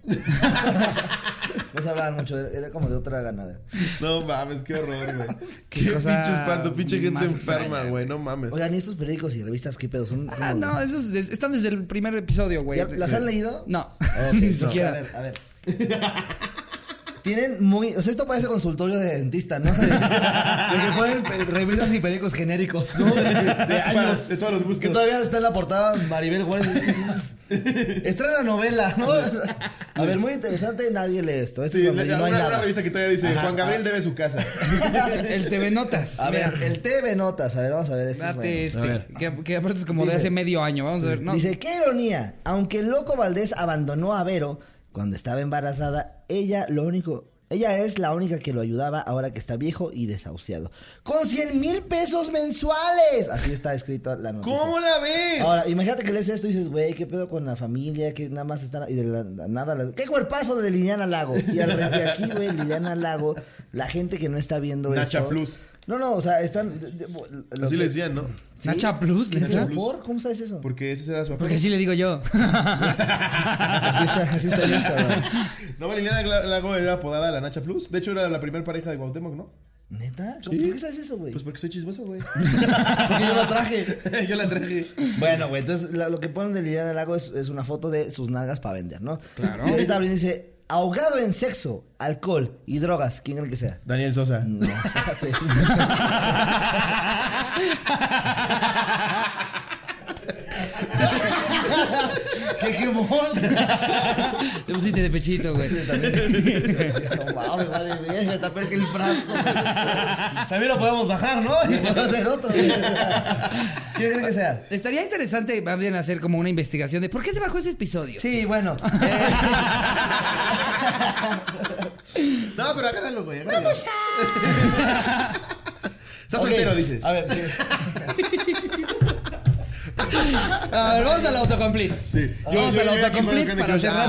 B: No se hablaban mucho, era era como de otra ganada.
C: No mames, qué horror, güey.
A: Qué
C: Qué,
A: cosa
C: pinche espanto, pinche gente
A: más
C: enferma,
A: extraña,
C: güey. No mames.
B: Oigan, ¿y estos periódicos y revistas qué pedo son?
A: Ah,
B: como-
A: no, esos des- están desde el primer episodio, güey.
B: ¿Ya- ¿Las han leído?
A: No,
B: Ok,
A: ni
B: no,
A: siquiera.
B: A ver, a ver. Tienen muy. O sea, esto parece consultorio de dentista, ¿no? De, de que ponen pe- revistas y periódicos genéricos, ¿no? De,
C: [LAUGHS]
B: de años.
C: De todos los gustos.
B: Que todavía está en la portada Maribel Juárez. Estrena novela, ¿no? A ver, muy interesante. Nadie lee esto. Esto
C: Sí,
B: es
C: la-
B: cuando ya no
C: una,
B: hay
C: una
B: nada.
C: revista que todavía dice
B: Ajá. Ah,
C: Juan Gabriel debe su casa.
A: El TV Notas.
B: A
A: mira,
B: ver, el TV Notas. A ver, vamos a ver. Este es
A: date
B: bueno.
A: este, que, que aparte es como de
B: Dice-
A: hace medio año. Vamos a ver, ¿no?
B: Dice, qué ironía. Aunque el loco Valdés abandonó a Vero cuando estaba embarazada, ella lo único... Ella es la única que lo ayudaba ahora que está viejo y desahuciado. ¡Con 100 mil pesos mensuales! Así está escrito la noticia.
C: ¿Cómo la ves?
B: Ahora, imagínate que lees esto y dices, güey, qué pedo con la familia, que nada más están... Y de la- nada... las- ¡Qué cuerpazo de Liliana Lago! Y, al, re- y aquí, güey, Liliana Lago, la gente que no está viendo
C: Nacha
B: esto...
C: Plus.
B: No, no, o sea, están... de- de- lo
C: Así
B: que-
C: le decían, ¿no?
B: ¿Sí?
A: Nacha Plus, ¿le
B: ¿Pero
A: entra?
B: por? ¿Cómo sabes eso?
C: Porque ese era su
A: Porque
C: apellido.
A: así le digo
B: [LAUGHS]
A: yo. [LAUGHS]
B: Así está, así está en Instagram.
C: [LAUGHS] No, Liliana Gla- Lago era apodada la Nacha Plus. De hecho, era la primera pareja de Cuauhtémoc, ¿no?
B: ¿Neta? ¿Cómo- ¿Por qué sabes eso, güey?
C: Pues porque soy chismoso, güey.
B: [LAUGHS] porque yo lo traje.
C: [LAUGHS] Yo la traje.
B: Bueno, güey, entonces la- lo que ponen de Liliana Lago es, es una foto de sus nalgas para vender, ¿no? Claro. Y ahorita Abril dice, ahogado en sexo, alcohol y drogas, ¿quién cree que sea?
C: Daniel Sosa.
B: No, [LAUGHS] sí. ¡Qué gemón!
A: Le pusiste de pechito, güey.
B: [LAUGHS] No mames, vale, verga, está peor que el frasco. También lo podemos bajar, ¿no? Y podemos hacer otro. [LAUGHS] güey. ¿Quién cree que sea?
A: [LAUGHS] Estaría interesante más bien hacer como una investigación de por qué se bajó ese episodio.
B: Sí, bueno.
C: No, pero agárralo, güey. agárralo. [LAUGHS] Está soltero, dices.
B: A ver, sí.
A: [LAUGHS]
B: [LAUGHS]
A: A ver, vamos al autocomplete.
C: Sí. Yo-
A: Vamos
C: yo
A: al
C: llegué aquí
A: autocomplete
C: con
A: para
C: el Candy Crush.
A: cerrar,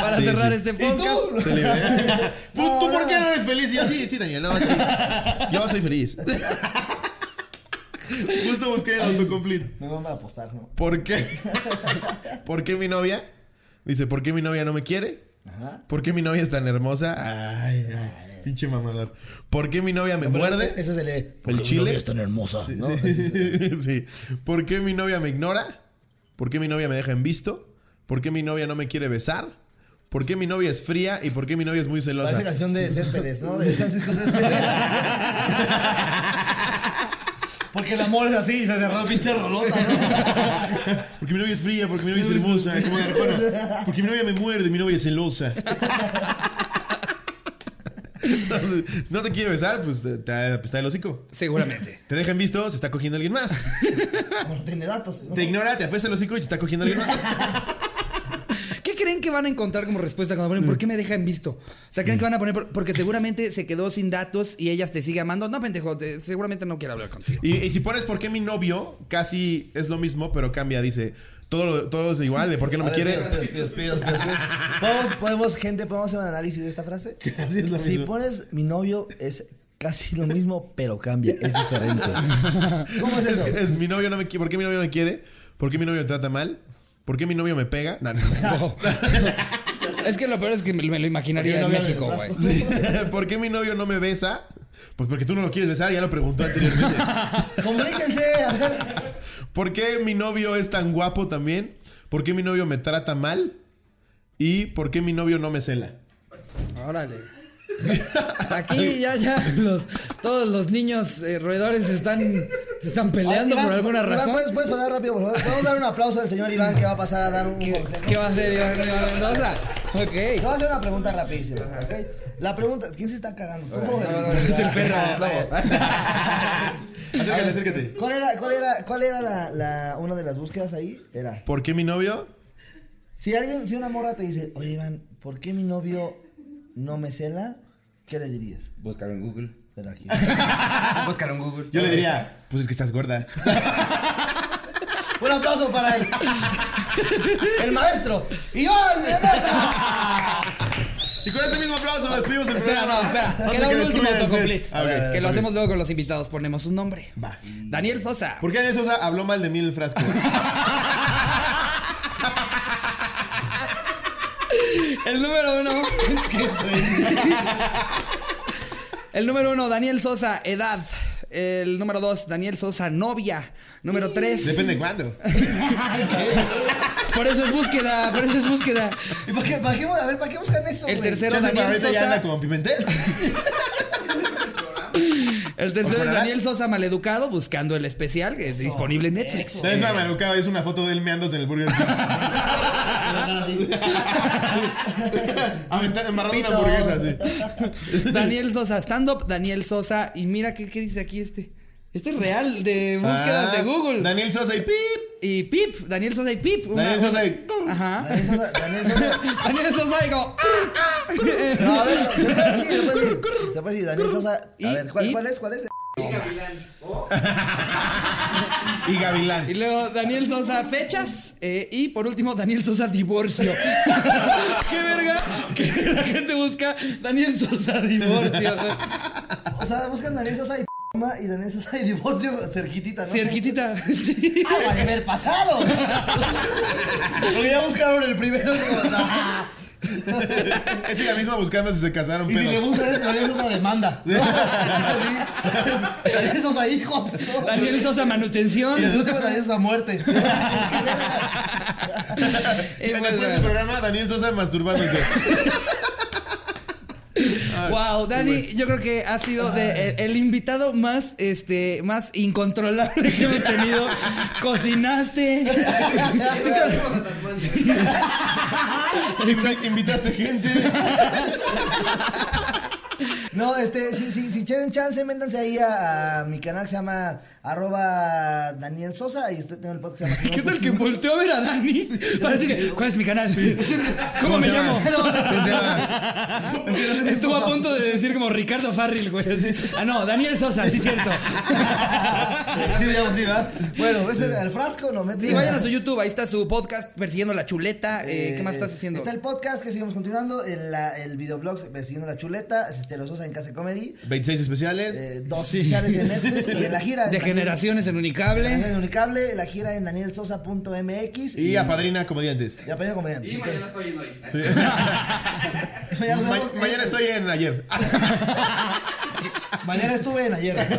A: [LAUGHS] para
C: "Ah". Sí,
A: cerrar
C: sí.
A: este
B: ¿Y tú?
A: podcast. [LAUGHS]
C: Se le ve. ¿Tú,
B: No,
C: tú por
B: no.
C: qué no eres feliz? Y yo, sí, sí, Daniel, no, sí. Yo soy
A: [LAUGHS]
C: feliz. Justo busqué el autocomplete.
B: Me vamos a apostar, ¿no?
C: ¿Por
A: [LAUGHS]
C: qué? ¿Por qué mi novia? Dice, ¿por qué mi novia no me quiere?
B: Ajá.
C: ¿Por qué mi novia es tan hermosa? Ay, ay, pinche mamador. ¿Por qué mi novia me muerde?
B: e-, Ese se lee. Porque mi
C: chile?
B: novia es tan hermosa, ¿no?
C: [LAUGHS] Sí. ¿Por qué mi novia me ignora? ¿Por qué mi novia me deja en visto? ¿Por qué mi novia no me quiere besar? ¿Por qué mi novia es fría? ¿Y por qué mi novia es muy celosa? [LAUGHS]
B: Parece canción de Céspedes, ¿no? De Francisco Céspedes. [LAUGHS] Porque el amor es así y se cerró pinche rolota, ¿no?
C: Porque mi novia es fría, porque mi novia es hermosa, como de Arjona. Porque mi novia me muerde, mi novia es celosa. Entonces, si no te quiere besar, pues eh, te apesta el hocico.
A: Seguramente.
C: Te dejan visto, se está cogiendo alguien más.
B: Amor, tiene datos. ¿no?
C: Te ignora, te apesta el hocico y se está cogiendo alguien más.
A: ¿Qué creen que van a encontrar como respuesta cuando ponen por qué me dejan visto? O sea,
C: Mm.
A: ¿creen que van a poner por- porque seguramente se quedó sin datos y ella te sigue amando? No, pendejo, te- seguramente no quiere hablar
C: [LAUGHS]
A: contigo. [LAUGHS]
C: Y, y si pones por qué mi novio, casi es lo mismo, pero cambia, dice. Todo, lo- todo es igual, de por qué no
B: [LAUGHS]
C: me
B: A ver,
C: quiere.
B: pidos, pidos, pidos, pidos, pidos. ¿Podemos, podemos, gente, podemos hacer un análisis de esta
C: [LAUGHS]
B: frase.
C: Casi es lo
B: si
C: mismo.
B: pones mi novio, es casi lo mismo, pero cambia, es
C: [LAUGHS]
B: diferente. ¿Cómo es eso?
C: Es mi novio no me qui- ¿Por qué mi novio no me quiere? ¿Por qué mi novio me trata mal? ¿Por qué mi novio me pega?
B: [LAUGHS]
C: No, no.
A: Wow. es que lo peor es que me, me lo imaginaría en
B: Porque no
A: México,
B: hablan
A: güey.
B: de
C: Sí. [LAUGHS] ¿Por qué mi novio no me besa? Pues porque tú no lo quieres besar, ya lo preguntó anteriormente.
B: [LAUGHS] Comuníquense. a ver.
C: ¿Por qué mi novio es tan guapo también? ¿Por qué mi novio me trata mal? ¿Y por qué mi novio no me cela?
A: Órale. Aquí ya, ya, los, todos los niños eh, roedores se están, se están peleando
B: Iván,
A: por alguna
B: Iván,
A: razón.
C: pues.
B: ¿puedes, puedes pasar rápido, por favor. Podemos dar un aplauso al señor Iván que va a pasar a dar un consejo.
A: ¿Qué va a hacer Iván Iván Mendoza?
B: Te voy
A: Ok.
B: a hacer una pregunta rapidísima, ¿ok? La pregunta, ¿quién se está cagando? ¿Tú o el-
A: no, no, es el perro,
B: Ah,
C: Acércate, acércate.
B: [LAUGHS] ¿Cuál era, cuál era, cuál era la, la- una de las búsquedas ahí? Era,
C: ¿Por qué mi novio?
B: si alguien, si una morra te dice, oye Iván, ¿por qué mi novio no me cela? ¿Qué le dirías?
D: Búscalo en Google.
B: Pero aquí. [LAUGHS]
D: Búscalo en Google.
C: Yo le diría, pues es que estás gorda.
B: Un aplauso para él. El maestro, Iván Mendoza.
C: Y con este mismo aplauso despedimos el
A: Espera,
C: programa.
A: no, espera.
C: te
A: Queda un
C: quedes
A: último
C: con él,
A: autocomplete.
C: sí. A ver,
A: Que
C: a
A: lo
C: ver.
A: hacemos luego con los invitados. Ponemos un nombre.
C: Va.
A: Daniel Sosa.
C: ¿Por qué Daniel Sosa habló mal de mí en
A: [LAUGHS]
C: el frasco?
A: El número
C: [LAUGHS]
A: uno. El número uno, Daniel Sosa, edad. El número dos, Daniel Sosa, novia. Número tres.
C: Depende de cuándo.
A: Por eso es búsqueda, por eso es búsqueda.
B: ¿Y para qué, para qué- a ver, ¿para qué buscan eso?
A: El
B: güey?
A: tercero,
C: Chance, pero
A: Daniel
C: ahorita ya anda
A: Sosa.
C: con Pimentel.
A: El tercero es
C: Ojalá.
A: Daniel Sosa maleducado buscando el especial que es disponible en Netflix.
C: ¿Sabes una malucada? Es una foto de él meándose en
A: [LAUGHS]
C: el Burger King. Aventa- Embarrando una
B: Pito.
C: hamburguesa, así.
A: Daniel Sosa stand-up, Daniel Sosa. Y mira qué, qué dice aquí este. Este es real de búsquedas
C: Ah,
A: de Google.
C: Daniel Sosa y pip.
A: y Pip, Daniel Sosa y Pip. una-
C: Daniel Sosa y.
A: Ajá.
B: Daniel Sosa- Daniel Sosa-
A: [LAUGHS] Daniel Sosa "Ah". y como.
B: No, a ver, se puede decir, se puede decir. Se puede decir, Daniel Sosa.
A: Y-
B: A ver, ¿cuál,
A: y-
B: cuál es? ¿Cuál es?
C: Y
A: [LAUGHS]
C: Gavilán.
A: Y luego Daniel Sosa fechas eh, y por último Daniel Sosa divorcio. [LAUGHS] ¿Qué verga? Que la gente busca Daniel Sosa divorcio. güey.
B: O sea, buscan Daniel Sosa y p- y Daniel Sosa y divorcio cerquitita, ¿no?
A: Cerquitita. [LAUGHS] Sí.
B: ¡Ah, vale, haber pasado! Porque ya buscaron el primero. digo, nah.
C: Es la misma buscando si se casaron.
B: Y si
C: pedos.
B: le buscas eso, Daniel
A: [LAUGHS]
B: Sosa demanda. ¿no? Sí. Daniel Sosa hijos. ¿no?
A: Daniel Sosa
B: Y el
A: manutención.
B: último Daniel Sosa muerte.
A: Eh, pues,
C: Después del programa, Daniel
A: [LAUGHS]
C: Sosa masturbándose.
A: Wow, Dani, yo creo que ha sido de- el, el invitado más, este, más incontrolable que hemos tenido. Cocinaste. [LAUGHS]
C: Invi-
A: [LAUGHS]
C: Invitaste gente.
B: No, este, si, si, si tienen chance, métanse ahí a, a mi canal que se llama arroba Daniel Sosa y estoy, tengo el podcast que se
A: [LAUGHS]
B: llama
A: ¿Qué tal que volteó a ver a Dani? Parece que, ¿cuál es mi canal? ¿Cómo me
C: se llama?
A: llamo?
C: O sea,
A: Estuvo a punto de decir como Ricardo Farril, güey. así. Ah, no, Daniel Sosa, sí es cierto.
B: Sí, digamos, sí, ¿verdad? Bueno, este es el frasco, lo meto.
A: Sí, vayan a su YouTube, ahí está su podcast persiguiendo la chuleta. Eh, ¿Qué más estás haciendo?
B: Está el podcast que seguimos continuando, el, la- el videoblog Persiguiendo la Chuleta, es Estero Sosa en Casa Comedy,
C: 26 especiales.
B: eh, dos especiales en Netflix y en la
A: [LAUGHS]
B: gira.
A: De generaciones en Unicable.
B: En Unicable, la gira en danielsosa.mx
C: Y a Padrina Comediantes.
B: Y a Padrino Comediantes. Entonces,
D: estoy en
C: [LAUGHS]
D: hoy.
B: [LAUGHS] mañana nos
C: Ma-
A: eh.
B: vemos en-
C: mañana estoy
A: [LAUGHS]
C: en ayer. Ah,
B: Mañana estuve en ayer.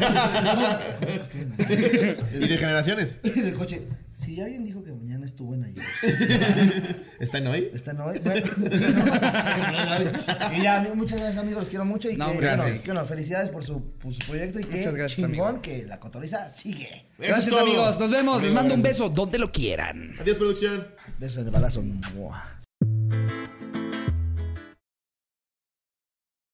C: Y de generaciones.
B: [LAUGHS]
A: eh. [LAUGHS]
B: En el coche. Si alguien dijo que mañana estuve estuvo en ayer.
C: ¿Está en hoy?
B: Está en hoy. Bueno, [LAUGHS] sí, ¿no? y ya, amigo, muchas gracias, amigos. Los quiero mucho. Y
A: No,
B: que,
A: hombre,
B: bueno,
A: gracias.
B: que bueno, felicidades por su, por su proyecto. Y que
A: Muchas gracias,
B: chingón
A: amigo.
B: que la cotoriza sigue.
A: Gracias,
C: todo.
A: amigos. Nos vemos. Les
C: Amigo,
A: mando un
C: gracias.
A: beso donde lo quieran.
C: Adiós, producción.
B: Besos en el balazo. Mua.